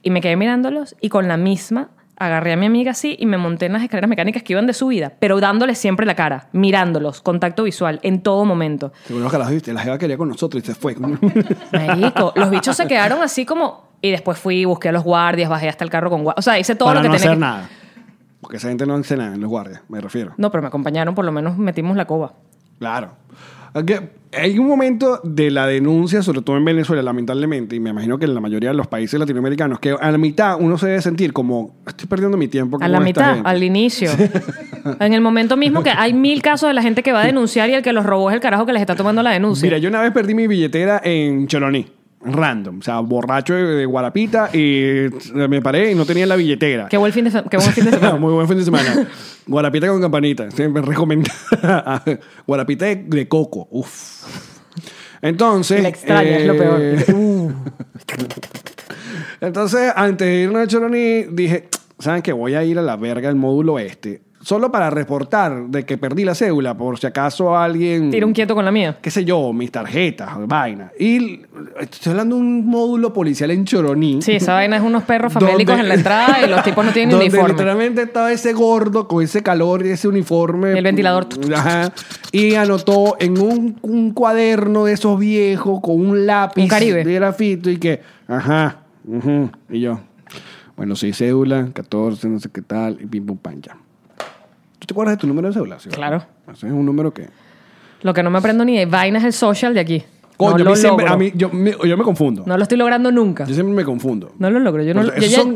Y me quedé mirándolos y con la misma agarré a mi amiga así y me monté en las escaleras mecánicas que iban de subida, pero dándoles siempre la cara, mirándolos, contacto visual, en todo momento.
Seguro que las viste, la jeva quería con nosotros y se fue.
Marico, los bichos se quedaron así como... Y después fui, busqué a los guardias, bajé hasta el carro con guardias. O sea, hice todo
para
lo que
no
tenía
hacer
que-
nada.
Porque esa gente no hace nada en los guardias, me refiero.
No, pero me acompañaron, por lo menos metimos la coba.
Claro. Aunque Hay un momento de la denuncia, sobre todo en Venezuela, lamentablemente, y me imagino que en la mayoría de los países latinoamericanos, que a la mitad uno se debe sentir como, estoy perdiendo mi tiempo.
A
con
la
esta
mitad,
gente".
al inicio. En el momento mismo que hay mil casos de la gente que va a denunciar y el que los robó es el carajo que les está tomando la denuncia.
Mira, yo una vez perdí mi billetera en Choroní. Random, o sea, borracho de de guarapita y me paré y no tenía la billetera.
Qué buen fin de, se- qué buen fin de semana.
Muy buen fin de semana. Guarapita con campanita. Siempre recomendada. Guarapita de, de coco. Uf. Entonces.
La extraña, es lo peor.
uh. Entonces, antes de irnos a Choroní, dije: ¿Saben que Voy a ir a la verga al módulo este. Solo para reportar de que perdí la cédula, por si acaso alguien
Tira un quieto con la mía.
qué sé yo, mis tarjetas, vaina. Y l- estoy hablando de un módulo policial en Choroní.
Sí, esa vaina es unos perros famélicos
Donde-
en la entrada y los tipos no tienen
donde
uniforme.
literalmente estaba ese gordo con ese calor y ese uniforme.
El ventilador.
Ajá. Y anotó en un, un cuaderno de esos viejos con un lápiz
Un Caribe.
de grafito y que, ajá, ujú. y yo. Bueno, sí, cédula, 14, no sé qué tal, y pim, pum, pan, ya. ¿Tú te acuerdas de tu número de cédula? Sí,
Claro.
¿verdad? Ese es un número que...
Lo que no me aprendo ni de vaina es el social de aquí.
Coño,
no
a
lo
mí siempre-
logro.
a mí- yo, me, yo me confundo.
No lo estoy logrando nunca.
Yo siempre me confundo.
No lo logro. Yo, no,
O sea,
yo,
esos
ya,
son-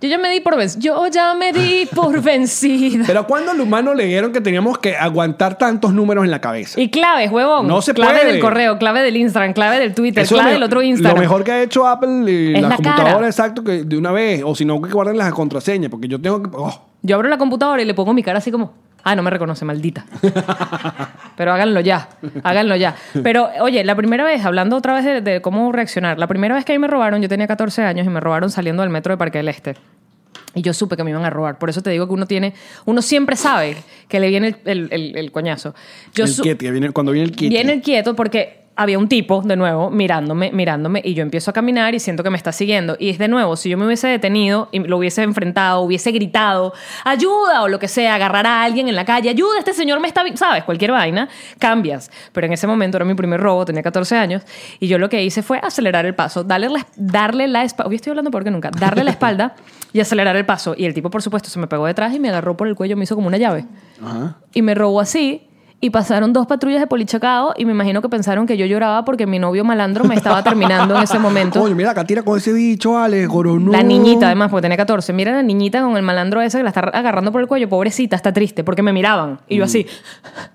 yo ya me di por vencida. Yo ya me di por vencida.
Pero cuando los humanos le dijeron que teníamos que aguantar tantos números en la cabeza.
Y claves, huevón.
No se
clave
puede.
del correo, clave del Instagram, clave del Twitter,
Eso es
clave
lo-
del otro Instagram.
Lo mejor que ha hecho Apple y
Es
las
la
computadoras,
cara.
exacto, que de una vez. O si no, que guarden las contraseñas, porque yo tengo que. oh,
Yo abro la computadora y le pongo mi cara así como, ah, no me reconoce, maldita. Pero háganlo ya, háganlo ya. Pero oye, la primera vez, hablando otra vez de, de cómo reaccionar, la primera vez que a mí me robaron, yo tenía 14 años y me robaron saliendo del metro de Parque del Este. Y yo supe que me iban a robar. Por eso te digo que uno tiene, uno siempre sabe que le viene el, el- el- el coñazo. Yo
el
su-
kit, que viene- cuando viene el kit.
Viene el quieto porque había un tipo, de nuevo, mirándome, mirándome, y yo empiezo a caminar y siento que me está siguiendo. Y es de nuevo, si yo me hubiese detenido y lo hubiese enfrentado, hubiese gritado, ayuda o lo que sea, agarrar a alguien en la calle, ayuda, este señor me está... vi-", ¿Sabes? Cualquier vaina, cambias. Pero en ese momento era mi primer robo, tenía 14 años, y yo lo que hice fue acelerar el paso, darle la, darle la espalda... Hoy estoy hablando porque nunca. Darle la espalda y acelerar el paso. Y el tipo, por supuesto, se me pegó detrás y me agarró por el cuello, me hizo como una llave
Ajá.
y me robó así. Y pasaron dos patrullas de polichacao y me imagino que pensaron que yo lloraba porque mi novio malandro me estaba terminando en ese momento.
Coño, mira, Catira con ese bicho, Ale, coronó.
La niñita, además, porque tenía 14. Mira la niñita con el malandro ese que la está agarrando por el cuello. Pobrecita, está triste, porque me miraban. Y yo así,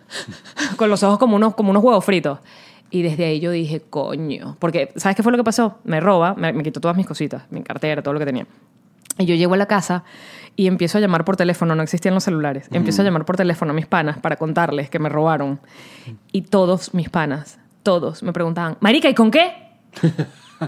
con los ojos como unos, como unos huevos fritos. Y desde ahí yo dije, coño. Porque, ¿sabes qué fue lo que pasó? Me roba, me, me quitó todas mis cositas, mi cartera, todo lo que tenía. Y yo llego a la casa y empiezo a llamar por teléfono, no existían los celulares. Empiezo a llamar por teléfono a mis panas para contarles que me robaron. Y todos mis panas, todos me preguntaban, Marica, ¿y con qué?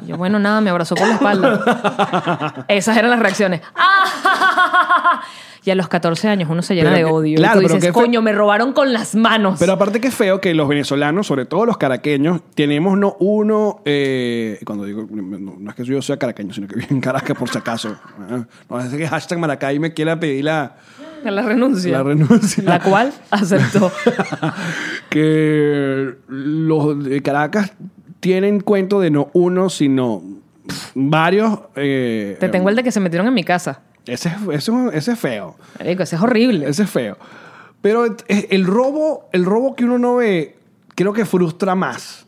Y Yo, bueno, nada, me abrazó por la espalda. Esas eran las reacciones. ¡Ah! Y a los 14 años uno se llena
Pero
de
que-
odio.
claro,
y
pero
tú dices,
que fue-
coño, me robaron con las manos.
Pero aparte que es feo que los venezolanos, sobre todo los caraqueños, tenemos no uno, eh, cuando digo, no, no es que yo sea caraqueño, sino que vivo en Caracas por si acaso. Ah, No es que hashtag Maracay me quiera pedir la,
la renuncia.
la renuncia.
La cual aceptó.
que los de Caracas tienen cuento de no uno, sino pf, varios. eh,
Te tengo el de que se metieron en mi casa.
Ese, es- ese es- ese es feo.
Marico, ese es horrible.
Ese es feo. Pero et- e- el robo, el robo que uno no ve, creo que frustra más.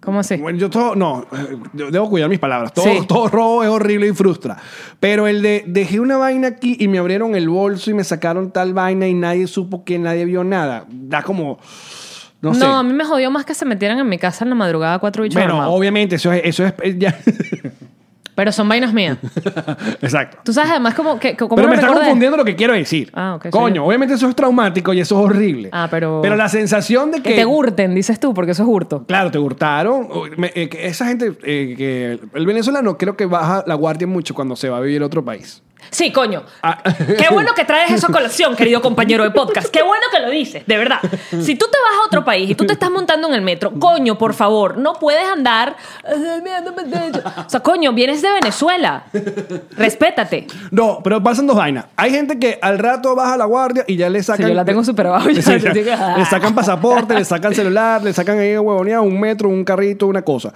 ¿Cómo así?
Bueno, yo todo, no, eh, yo debo cuidar mis palabras. Todo,
Sí.
todo robo es horrible y frustra. Pero el de dejé una vaina aquí y me abrieron el bolso y me sacaron tal vaina y nadie supo que nadie vio nada. Da como, no,
No,
sé.
a mí me jodió más que se metieran en mi casa en la madrugada cuatro bichos
Bueno,
armados.
obviamente, eso es. Eso es eh, ya.
Pero son vainas mías.
Exacto.
Tú sabes además como que... Como
Pero me está confundiendo lo que quiero decir.
Ah, ok, soy
Coño,
yo.
obviamente eso es traumático y eso es horrible.
Ah, pero-
Pero la sensación de que.
Que te hurten, dices tú, porque eso es hurto.
Claro, te hurtaron. O- me- eh, que Esa gente, eh, que el venezolano creo que baja la guardia mucho cuando se va a vivir a otro país.
Sí, coño.
Ah.
Qué bueno que traes eso a colación, querido compañero de podcast. Qué bueno que lo dices, de verdad. Si tú te vas a otro país y tú te estás montando en el metro, coño, por favor, no puedes andar. O sea, coño, vienes de Venezuela. Respétate.
No, pero pasan dos vainas. Hay gente que al rato baja la guardia y ya le sacan.
yo la tengo súper abajo, ya,
Sí,
yo digo, ah.
le sacan pasaporte, le sacan celular, le sacan ahí huevoneado, un metro, un carrito, una cosa.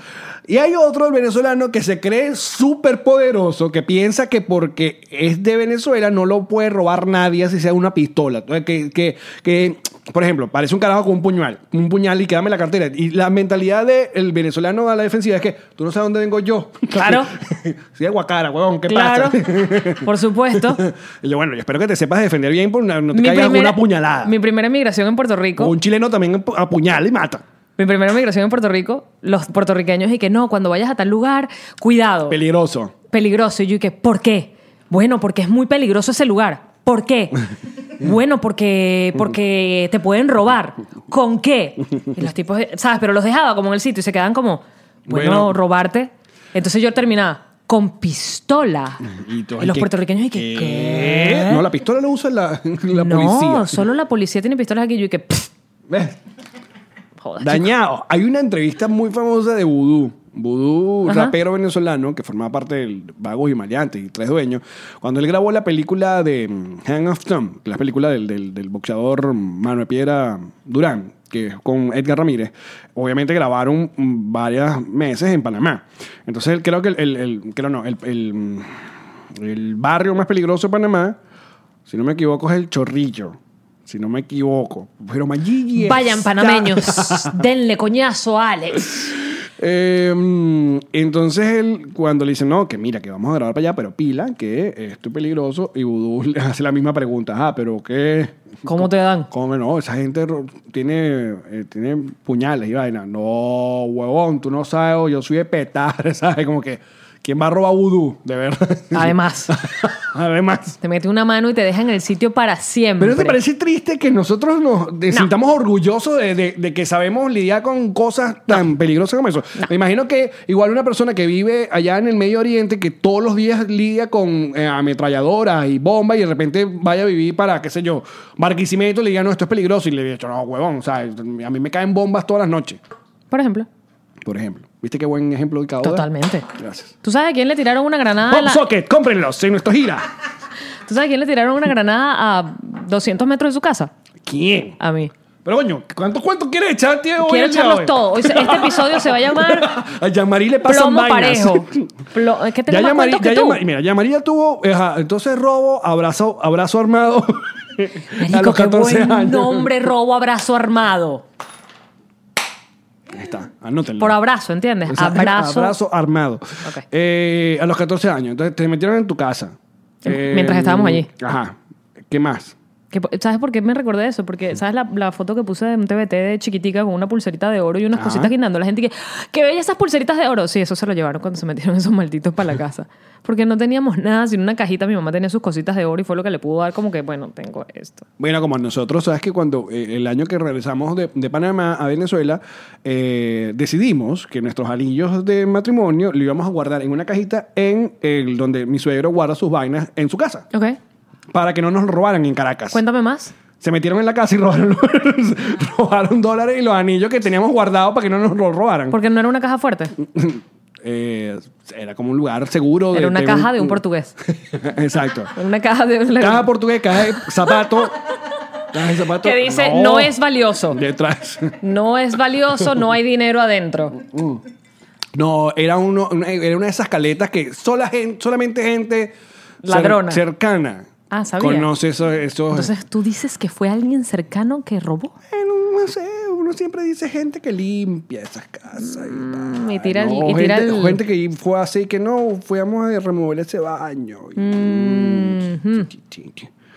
Y hay otro, el venezolano, que se cree súper poderoso, que piensa que porque es de Venezuela no lo puede robar nadie, así sea una pistola. Entonces, Que, que, que, por ejemplo, parece un carajo con un puñal, un puñal y que dame la cartera. Y la mentalidad del venezolano a la defensiva es que tú no sabes dónde vengo yo.
Claro.
sí, de Guacara, huevón, ¿qué
claro.
pasa?
Por supuesto.
Y yo, bueno, yo espero que te sepas defender bien por una, no te
Mi
caiga
primera-
alguna puñalada.
Mi primera migración en Puerto Rico.
O un chileno también apu- apuñala y mata.
Mi primera migración en Puerto Rico, los puertorriqueños y que no, cuando vayas a tal lugar, cuidado.
Peligroso.
peligroso. Y yo, ¿y qué? ¿Por qué? Bueno, porque es muy peligroso ese lugar. ¿Por qué? Bueno, porque, porque te pueden robar. ¿Con qué? Y los tipos, ¿sabes? Pero los dejaba como en el sitio y se quedaban como, bueno,
Bueno.
robarte. Entonces yo terminaba con pistola. Y,
tú, ay,
los
¿qué-
puertorriqueños, ¿y que, qué?
No, la pistola la usa la, la
No,
policía.
solo la policía tiene pistolas aquí. Yo, ¿y que
¿Ves?
Joder,
Dañado. Hay una entrevista muy famosa de Vudú. Vudú,
Ajá.
rapero venezolano, que formaba parte del Vagos y Maleantes y Tres Dueños. Cuando él grabó la película de mm, Hand of Thumb, la película del, del, del boxeador Mano de Piedra Durán, que es con Edgar Ramírez, obviamente grabaron mm, varios meses en Panamá. Entonces, él- creo que el, el- el- creo no, el, el, mm, el barrio más peligroso de Panamá, si no me equivoco, es el Chorrillo. Si no me equivoco. Pero Mayigui
Vayan
está-
panameños, denle coñazo a Alex.
eh, mm, entonces él, cuando le dicen, no, que mira, que vamos a grabar para allá, pero pila, que esto es peligroso, y Vudú le hace la misma pregunta, ah, pero qué...
¿Cómo te dan?
¿Cómo no? Esa gente ro- tiene, eh, tiene puñales y vaina. No, huevón, tú no sabes, yo soy de petar, ¿sabes? Como que, ¿quién va a robar Vudú? De verdad.
Además.
Además.
Te mete una mano y te deja en el sitio para siempre.
Pero ¿no te parece triste que nosotros nos de-
No.
sintamos orgullosos de, de- de que sabemos lidiar con cosas tan peligrosas como eso? Me imagino que igual una persona que vive allá en el Medio Oriente, que todos los días lidia con eh, ametralladoras y bombas y de repente vaya a vivir para, qué sé yo, Barquisimeto y le diga, no, esto es peligroso. Y le diga, no, huevón, o sea, a mí me caen bombas todas las noches,
Por ejemplo.
por ejemplo. ¿Viste qué buen ejemplo de cada
Totalmente.
Gracias.
¿Tú sabes a quién le tiraron una granada? a
Bomb
la-
Socket, cómprenlos en nuestro gira.
¿Tú sabes a quién le tiraron una granada a 200 metros de su casa?
¿Quién?
A mí.
Pero coño, ¿cuántos cuentos quieres echar, tío? hoy
Quiero
el día de
echarlos
hoy?
todos. Hoy se- Este episodio se va a llamar
A Yamari le pasan
Plomo
vainas.
Parejo. Plo- Es que tengo
Ya
más
Yamari,
cuentos que
ya
tú.
Yamari- mira, Yamari ya tuvo, ajá, entonces robo, abrazo, abrazo armado a
Marico,
los
qué
14
buen
años.
nombre, robo, abrazo armado.
Ahí está, anótenlo.
Por abrazo, ¿entiendes?
O sea,
abrazo.
abrazo armado.
Ok.
Eh, a los 14 años, entonces te metieron en tu casa. Eh,
Mientras estábamos allí.
Ajá. ¿Qué más?
Que po- ¿Sabes por qué me recordé de eso? Porque, ¿sabes la, la foto que puse de un TBT de chiquitica con una pulserita de oro y unas
Ajá.
cositas guindando? La gente que, ¡qué bellas esas pulseritas de oro! Sí, eso se lo llevaron cuando se metieron esos malditos para la casa. Porque no teníamos nada, sino una cajita. Mi mamá tenía sus cositas de oro y fue lo que le pudo dar, como que, bueno, tengo esto.
Bueno, como nosotros, sabes que cuando eh, el año que regresamos de, de Panamá a Venezuela, eh, decidimos que nuestros anillos de matrimonio lo íbamos a guardar en una cajita en el donde mi suegro guarda sus vainas en su casa,
Ok,
para que no nos lo robaran en Caracas.
cuéntame más.
Se metieron en la casa y robaron, robaron dólares y los anillos que teníamos guardados para que no nos los robaran.
Porque no era una caja fuerte,
Eh, era como un lugar seguro.
era una caja de un
portugués.
portugués.
Exacto.
Era una caja de un
Caja portugués, caja de zapato. caja de zapato.
que dice, no es valioso.
Detrás.
No es valioso, no hay dinero adentro.
No, era, uno, una, era una de esas caletas que sola gen- solamente gente cer-
Ladrona.
cercana
Ah, sabía.
conoce eso- esos...
Entonces, ¿tú dices que fue alguien cercano que robó?
Bueno, no sé, uno siempre dice gente que limpia esas casas. Y, tal.
Mm, y tira el-
No,
y
gente,
tira el-
gente que fue así que no, fuimos a remover ese baño. Y-
Mm-hmm.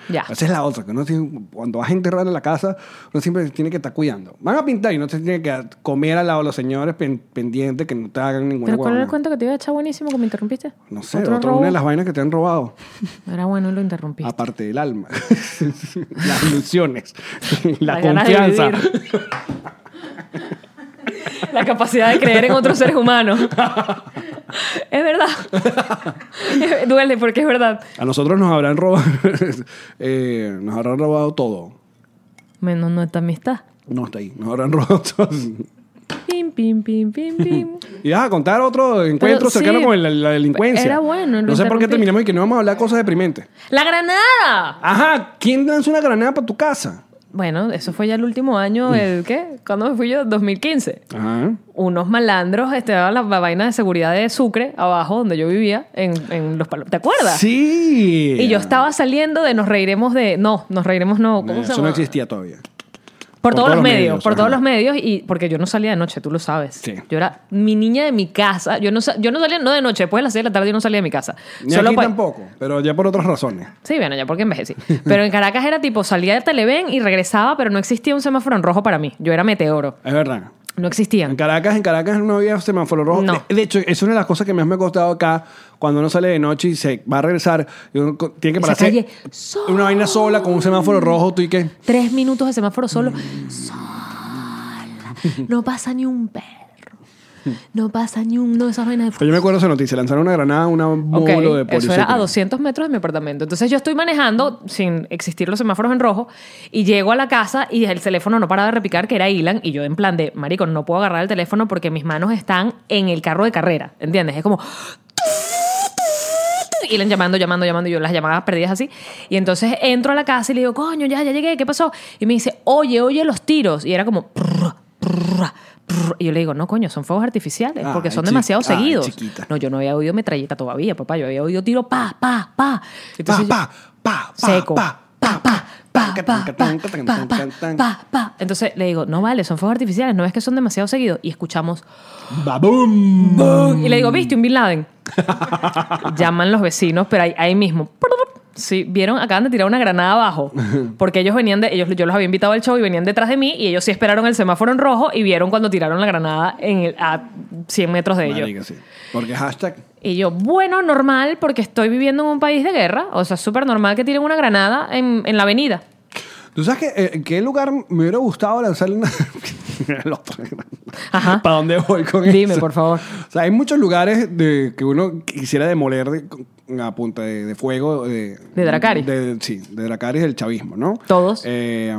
Ya.
Esa es la otra, que uno tiene- cuando va gente rara a la casa, uno siempre tiene que estar cuidando. Van a pintar y no se tiene que comer al lado de los señores pen- pendiente que no te hagan ninguna
¿Pero cuál era el
huevona.
cuento que te iba a echar buenísimo que me interrumpiste?
No sé, otra, una
robo?
de las vainas que te han robado.
Era bueno y lo interrumpiste.
Aparte del alma, las ilusiones, la,
Las ganas de
confianza.
vivir.
Ah.
La capacidad de creer en otros seres humanos. Es verdad. Eh, Duele porque es verdad.
A nosotros nos habrán robado, eh, nos habrán robado todo.
Menos nuestra amistad.
No está ahí, nos habrán robado todo.
Pim, pim, pim, pim, pim.
Y vas a contar otro encuentro cercano
sí,
con la, la delincuencia.
era bueno, lo
No sé por qué
interrumpí.
terminamos y que no vamos a hablar cosas deprimentes.
¡La granada!
Ajá, ¿quién lanza una granada para tu casa?
Bueno, eso fue ya el último año,
Mm.
el qué? ¿Cuándo me fui yo? 2015.
Ajá.
Unos malandros estaban la vaina de seguridad de Sucre, abajo donde yo vivía, en, en Los Palos. ¿Te acuerdas?
Sí.
Y yo estaba saliendo de Nos Reiremos de... No, Nos Reiremos no. ¿Cómo
Eh,
se
Eso no
llama?
existía todavía.
Por, todos, los medios, por
ajá.
todos los medios y porque yo no salía de noche, tú lo sabes.
Sí.
Yo era mi niña de mi casa, yo no, sa- yo no salía no de noche, después de las 6 de la tarde yo no salía de mi casa.
Ni
Solo
aquí
pa-
tampoco, pero ya por otras razones.
Sí, bueno, ya porque envejecí. Pero en Caracas era tipo salía de Televen y regresaba, pero no existía un semáforo en rojo para mí. Yo era meteoro.
Es verdad.
No
En
existían.
Caracas, en Caracas no había semáforo rojo.
No.
De, de hecho, es una de las cosas que más me ha costado acá. Cuando uno sale de noche y se va a regresar, y uno co- tiene que
Esa
pararse
calle
una vaina sola con un semáforo rojo, tú y qué.
Tres minutos de semáforo solo.
Mm.
Sola. No pasa ni un perro. No pasa ni un... No, esas vainas de...
Pero yo me acuerdo esa noticia, lanzaron una granada, una
Ok,
módulo de policía.
Eso era a 200 metros de mi apartamento. Entonces yo estoy manejando sin existir los semáforos en rojo y llego a la casa y el teléfono no paraba de repicar, que era Ilan, y yo en plan de, marico, no puedo agarrar el teléfono porque mis manos están en el carro de carrera, ¿entiendes? Es como... Ilan llamando, llamando, llamando, y yo las llamadas perdidas así. Y entonces entro a la casa y le digo, coño, ya, ya llegué, ¿qué pasó? Y me dice, oye, oye los tiros. Y era como... "Prr, prr, prr". Y yo le digo, no, coño, son fuegos artificiales porque
Ay,
son demasiado
chiqui- ay,
seguidos.
chiquita.
No, yo no había oído metralleta todavía, papá. Yo había oído tiro pa, pa, pa.
Pa,
Entonces yo-
pa, pa, pa,
seco.
pa, pa, pa,
pa, pa, pa, pa, pa, pa, pa. Entonces le digo, no vale, son fuegos artificiales, no es que son demasiado seguidos. Y escuchamos,
Babum.
y le digo, ¿viste un Bin Laden? Llaman los vecinos, pero ahí, ahí mismo. Sí, vieron, acaban de tirar una granada abajo. Porque ellos venían de. Ellos, yo los había invitado al show y venían detrás de mí. Y ellos sí esperaron el semáforo en rojo y vieron cuando tiraron la granada en el- a 100 metros de ellos.
Marica, sí. Porque hashtag.
Y yo, bueno, normal, porque estoy viviendo en un país de guerra. O sea, súper normal que tiren una granada en, en la avenida.
¿Tú sabes que, eh, en qué lugar me hubiera gustado lanzarle una... El otro.
Ajá.
¿Para dónde voy con eso?
Dime, por favor.
O sea, hay muchos lugares de, que uno quisiera demoler de- con- a punta de, de fuego. De,
De Dracarys.
de- sí, de Dracaris del chavismo, ¿no?
Todos.
Eh,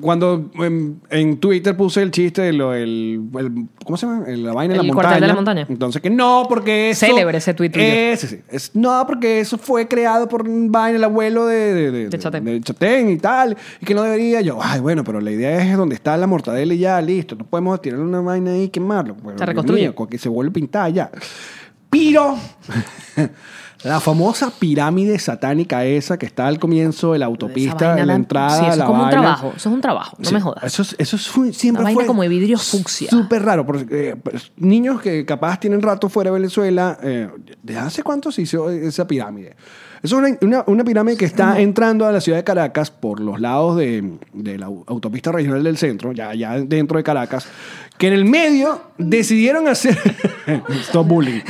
cuando en, en Twitter puse el chiste de lo del. el- ¿Cómo se llama? El- La vaina de
El
la montaña.
cuartel de la montaña.
Entonces, que no, porque eso.
Célebre ese tuit tuyo.
Ese, sí. Es, no, porque eso fue creado por un vaina, el abuelo de. De, de-
De Chatén.
de Chatén y tal. Y que no debería. Yo, ay, bueno, pero la idea es donde está la mortadela y ya, listo. No podemos tirarle una vaina ahí y quemarlo. Bueno,
Se
Dios
reconstruye.
mío, que se vuelve pintada ya. Pero la famosa pirámide satánica esa que está al comienzo de la
Esa
autopista,
vaina
de la
da-
entrada,
Sí, eso es
la
como un
vaina.
trabajo. Eso es un trabajo, no
Sí,
me jodas.
Eso, es- eso es un- siempre
Una vaina
fue
como de vidrio fucsia.
Súper raro. Porque, eh, pues, niños que capaz tienen rato fuera de Venezuela, eh, ¿de hace cuánto se hizo esa pirámide? Es una, una- una pirámide que está entrando a la ciudad de Caracas por los lados de, de la au- autopista regional del centro, ya, ya dentro de Caracas, que en el medio decidieron hacer... Stop bullying.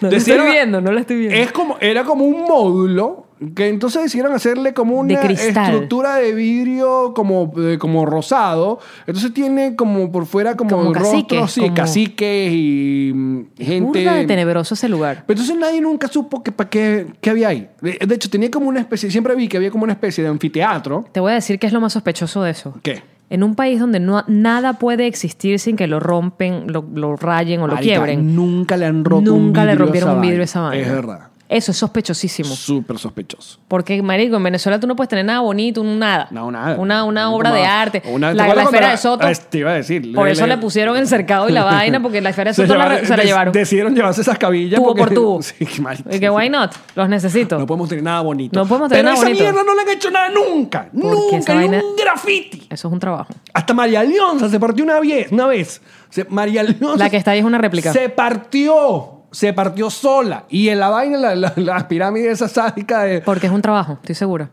No lo estoy
Decidieron-
viendo, no lo estoy viendo.
es como, era como un módulo que entonces decidieron hacerle como
De
una
cristal.
estructura de vidrio como, eh, como rosado. Entonces tiene como por fuera como,
Como
rostros
caciques,
sí,
como-
caciques y mm, gente.
Burda de tenebroso ese lugar.
Pero entonces nadie nunca supo que, para qué, qué había ahí. De, de hecho, tenía como una especie, siempre vi que había como una especie de anfiteatro.
Te voy a decir qué es lo más sospechoso de eso.
¿Qué?
En un país donde no, nada puede existir sin que lo rompen, lo, lo rayen o lo
Marica,
quiebren.
Nunca le han roto un
Nunca le
vidrio a
rompieron
esa
un vidrio
vaina.
a esa vaina.
Es verdad.
Eso es sospechosísimo.
Súper sospechoso.
Porque, marico, en Venezuela tú no puedes tener nada bonito, un nada.
No, nada.
Una, una
Como
obra de
a-
arte.
una- ¿te
la,
acuerdas cuando
la esfera
la-
de Soto.
Ah, es- te iba a decir,
Por
le-
eso
le-
le pusieron el cercado y la vaina, porque la esfera de Soto la-
llevaron-
se la
dec-
llevaron.
Decidieron llevarse esas cabillas.
Tubo
porque-
por tubo.
Sí, qué mal.
Y que, why not? Los necesito.
No podemos tener nada bonito.
No podemos tener
Pero
nada bonito.
esa mierda no le han hecho nada nunca.
Porque
nunca.
esa
Ni
vaina-
un graffiti.
Eso es un trabajo.
Hasta María Leonza se partió una vez. Una vez. Se- María Leonza.
La que está ahí es una réplica.
Se partió. Se partió sola. Y en la vaina, la, la, la pirámide esa sádica de.
Porque es un trabajo, estoy segura.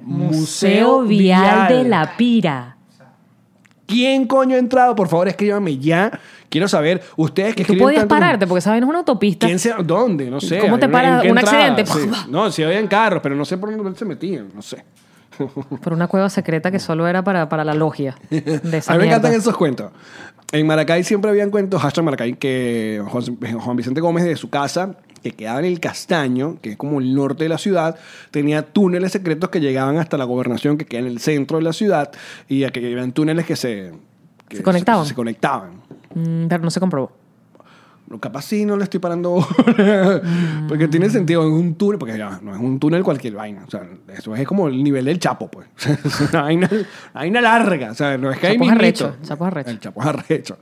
Museo
de la Pira.
¿Quién coño ha entrado? Por favor, escríbame ya. Quiero saber, ustedes que
Tú
escriben
podías
tanto-
pararte, porque esa vaina es una autopista.
¿Quién se- ¿Dónde? No sé.
¿Cómo te
¿En
paras?
qué
¿Un
entrada?
accidente?
Sí. No, si habían carros, pero no sé por dónde se metían, no sé.
Por una cueva secreta que solo era para, para la logia. De esa
a mí me
mierda.
encantan esos cuentos. En Maracay siempre habían cuentos, hashtag Maracay, que Juan, Juan Vicente Gómez de su casa, que quedaba en el Castaño, que es como el norte de la ciudad, tenía túneles secretos que llegaban hasta la gobernación, que queda en el centro de la ciudad, y que eran túneles que se... que
Se conectaban.
Se, conectaban.
Mm, pero no se comprobó.
No, Capaz sí, no le estoy parando. porque tiene sentido, es un túnel, porque ya, no es un túnel cualquier vaina. O sea, eso es como el nivel del chapo, pues. es una vaina, una vaina larga. O sea, no es que hay
Chapo es
mismito.
arrecho, Chapo es arrecho.
El chapo es arrecho.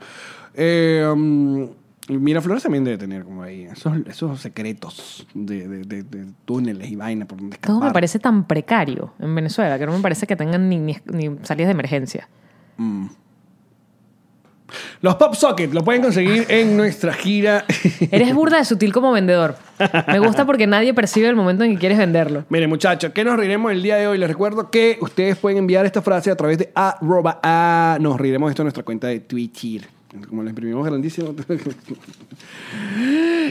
Eh, um, Miraflores también debe tener como ahí esos, esos secretos de, de- de- de túneles y vaina por donde
Todo me
escapar.
parece tan precario en Venezuela que no me parece que tengan ni, ni- ni salidas de emergencia.
Los Pop Socket lo pueden conseguir en nuestra gira.
Eres burda de sutil como vendedor. Me gusta porque nadie percibe el momento en que quieres venderlo.
Miren, muchachos, ¿qué nos reiremos el día de hoy? Les recuerdo que ustedes pueden enviar esta frase a través de arroba a nos reiremos esto en nuestra cuenta de Twitter. Como lo imprimimos grandísimo.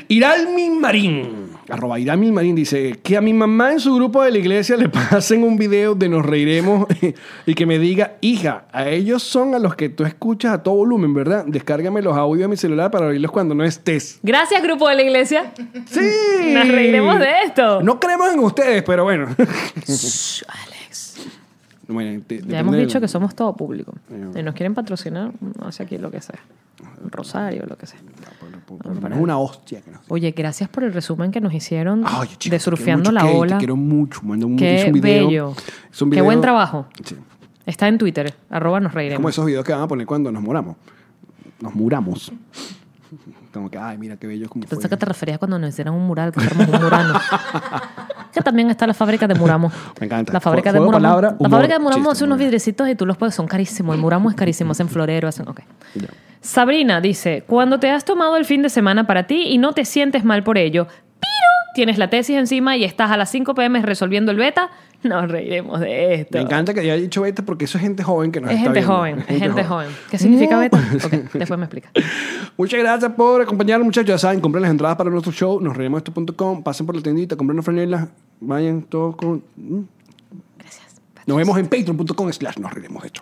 Iralmin Marín, arroba Iralmin Marín, dice que a mi mamá en su grupo de la iglesia le pasen un video de nos reiremos y que me diga, hija, a ellos son a los que tú escuchas a todo volumen, ¿verdad? Descárgame los audios de mi celular para oírlos cuando no estés.
Gracias, grupo de la iglesia.
¡Sí!
Nos reiremos de esto.
No creemos en ustedes, pero bueno.
Alex.
Bueno, de-
Ya hemos
depende
dicho
del-
que somos todo público. Y nos quieren patrocinar, no sé aquí lo que sea. Rosario, lo que sea.
No es una hostia que nos-
Oye, gracias por el resumen que nos hicieron
Ay, chicos, te
de
quiero
surfeando
mucho,
la
Kate,
ola.
Te quiero mucho. Manda un,
Qué
es un video.
bello.
Es un
Qué
video-
buen trabajo.
Sí.
Está en Twitter, arroba nos reiremos.
Como esos videos que van a poner cuando nos moramos. Nos muramos. Como que, ay, mira qué bello como
Pensé
fue.
que te referías cuando nos hicieron un mural, que éramos un murano. que también está la fábrica de Muramo.
Me encanta.
La fábrica de
Juego
Muramo.
de palabra,
la
humor,
fábrica de Muramo
chiste,
hace unos
muy bien.
vidrecitos y tú los puedes, son carísimos. El Muramo es carísimo, hacen florero, hacen. ok.
Ya.
Sabrina dice: Cuando te has tomado el fin de semana para ti y no te sientes mal por ello, pero tienes la tesis encima y estás a las 5 pm resolviendo el beta, nos reiremos de esto.
Me encanta que haya dicho beta porque eso es gente joven que nos
Es
está
gente
viendo.
joven, es gente joven. ¿Qué significa
Uh.
beta? Ok, después me explica.
Muchas gracias por acompañarnos, muchachos. Ya saben, compren las entradas para nuestro show, nos reiremos de esto.com, pasen por la tiendita, compren unas franelas, vayan todos con... mm.
Gracias.
Nos vemos en patreon.com slash nos reiremos de esto.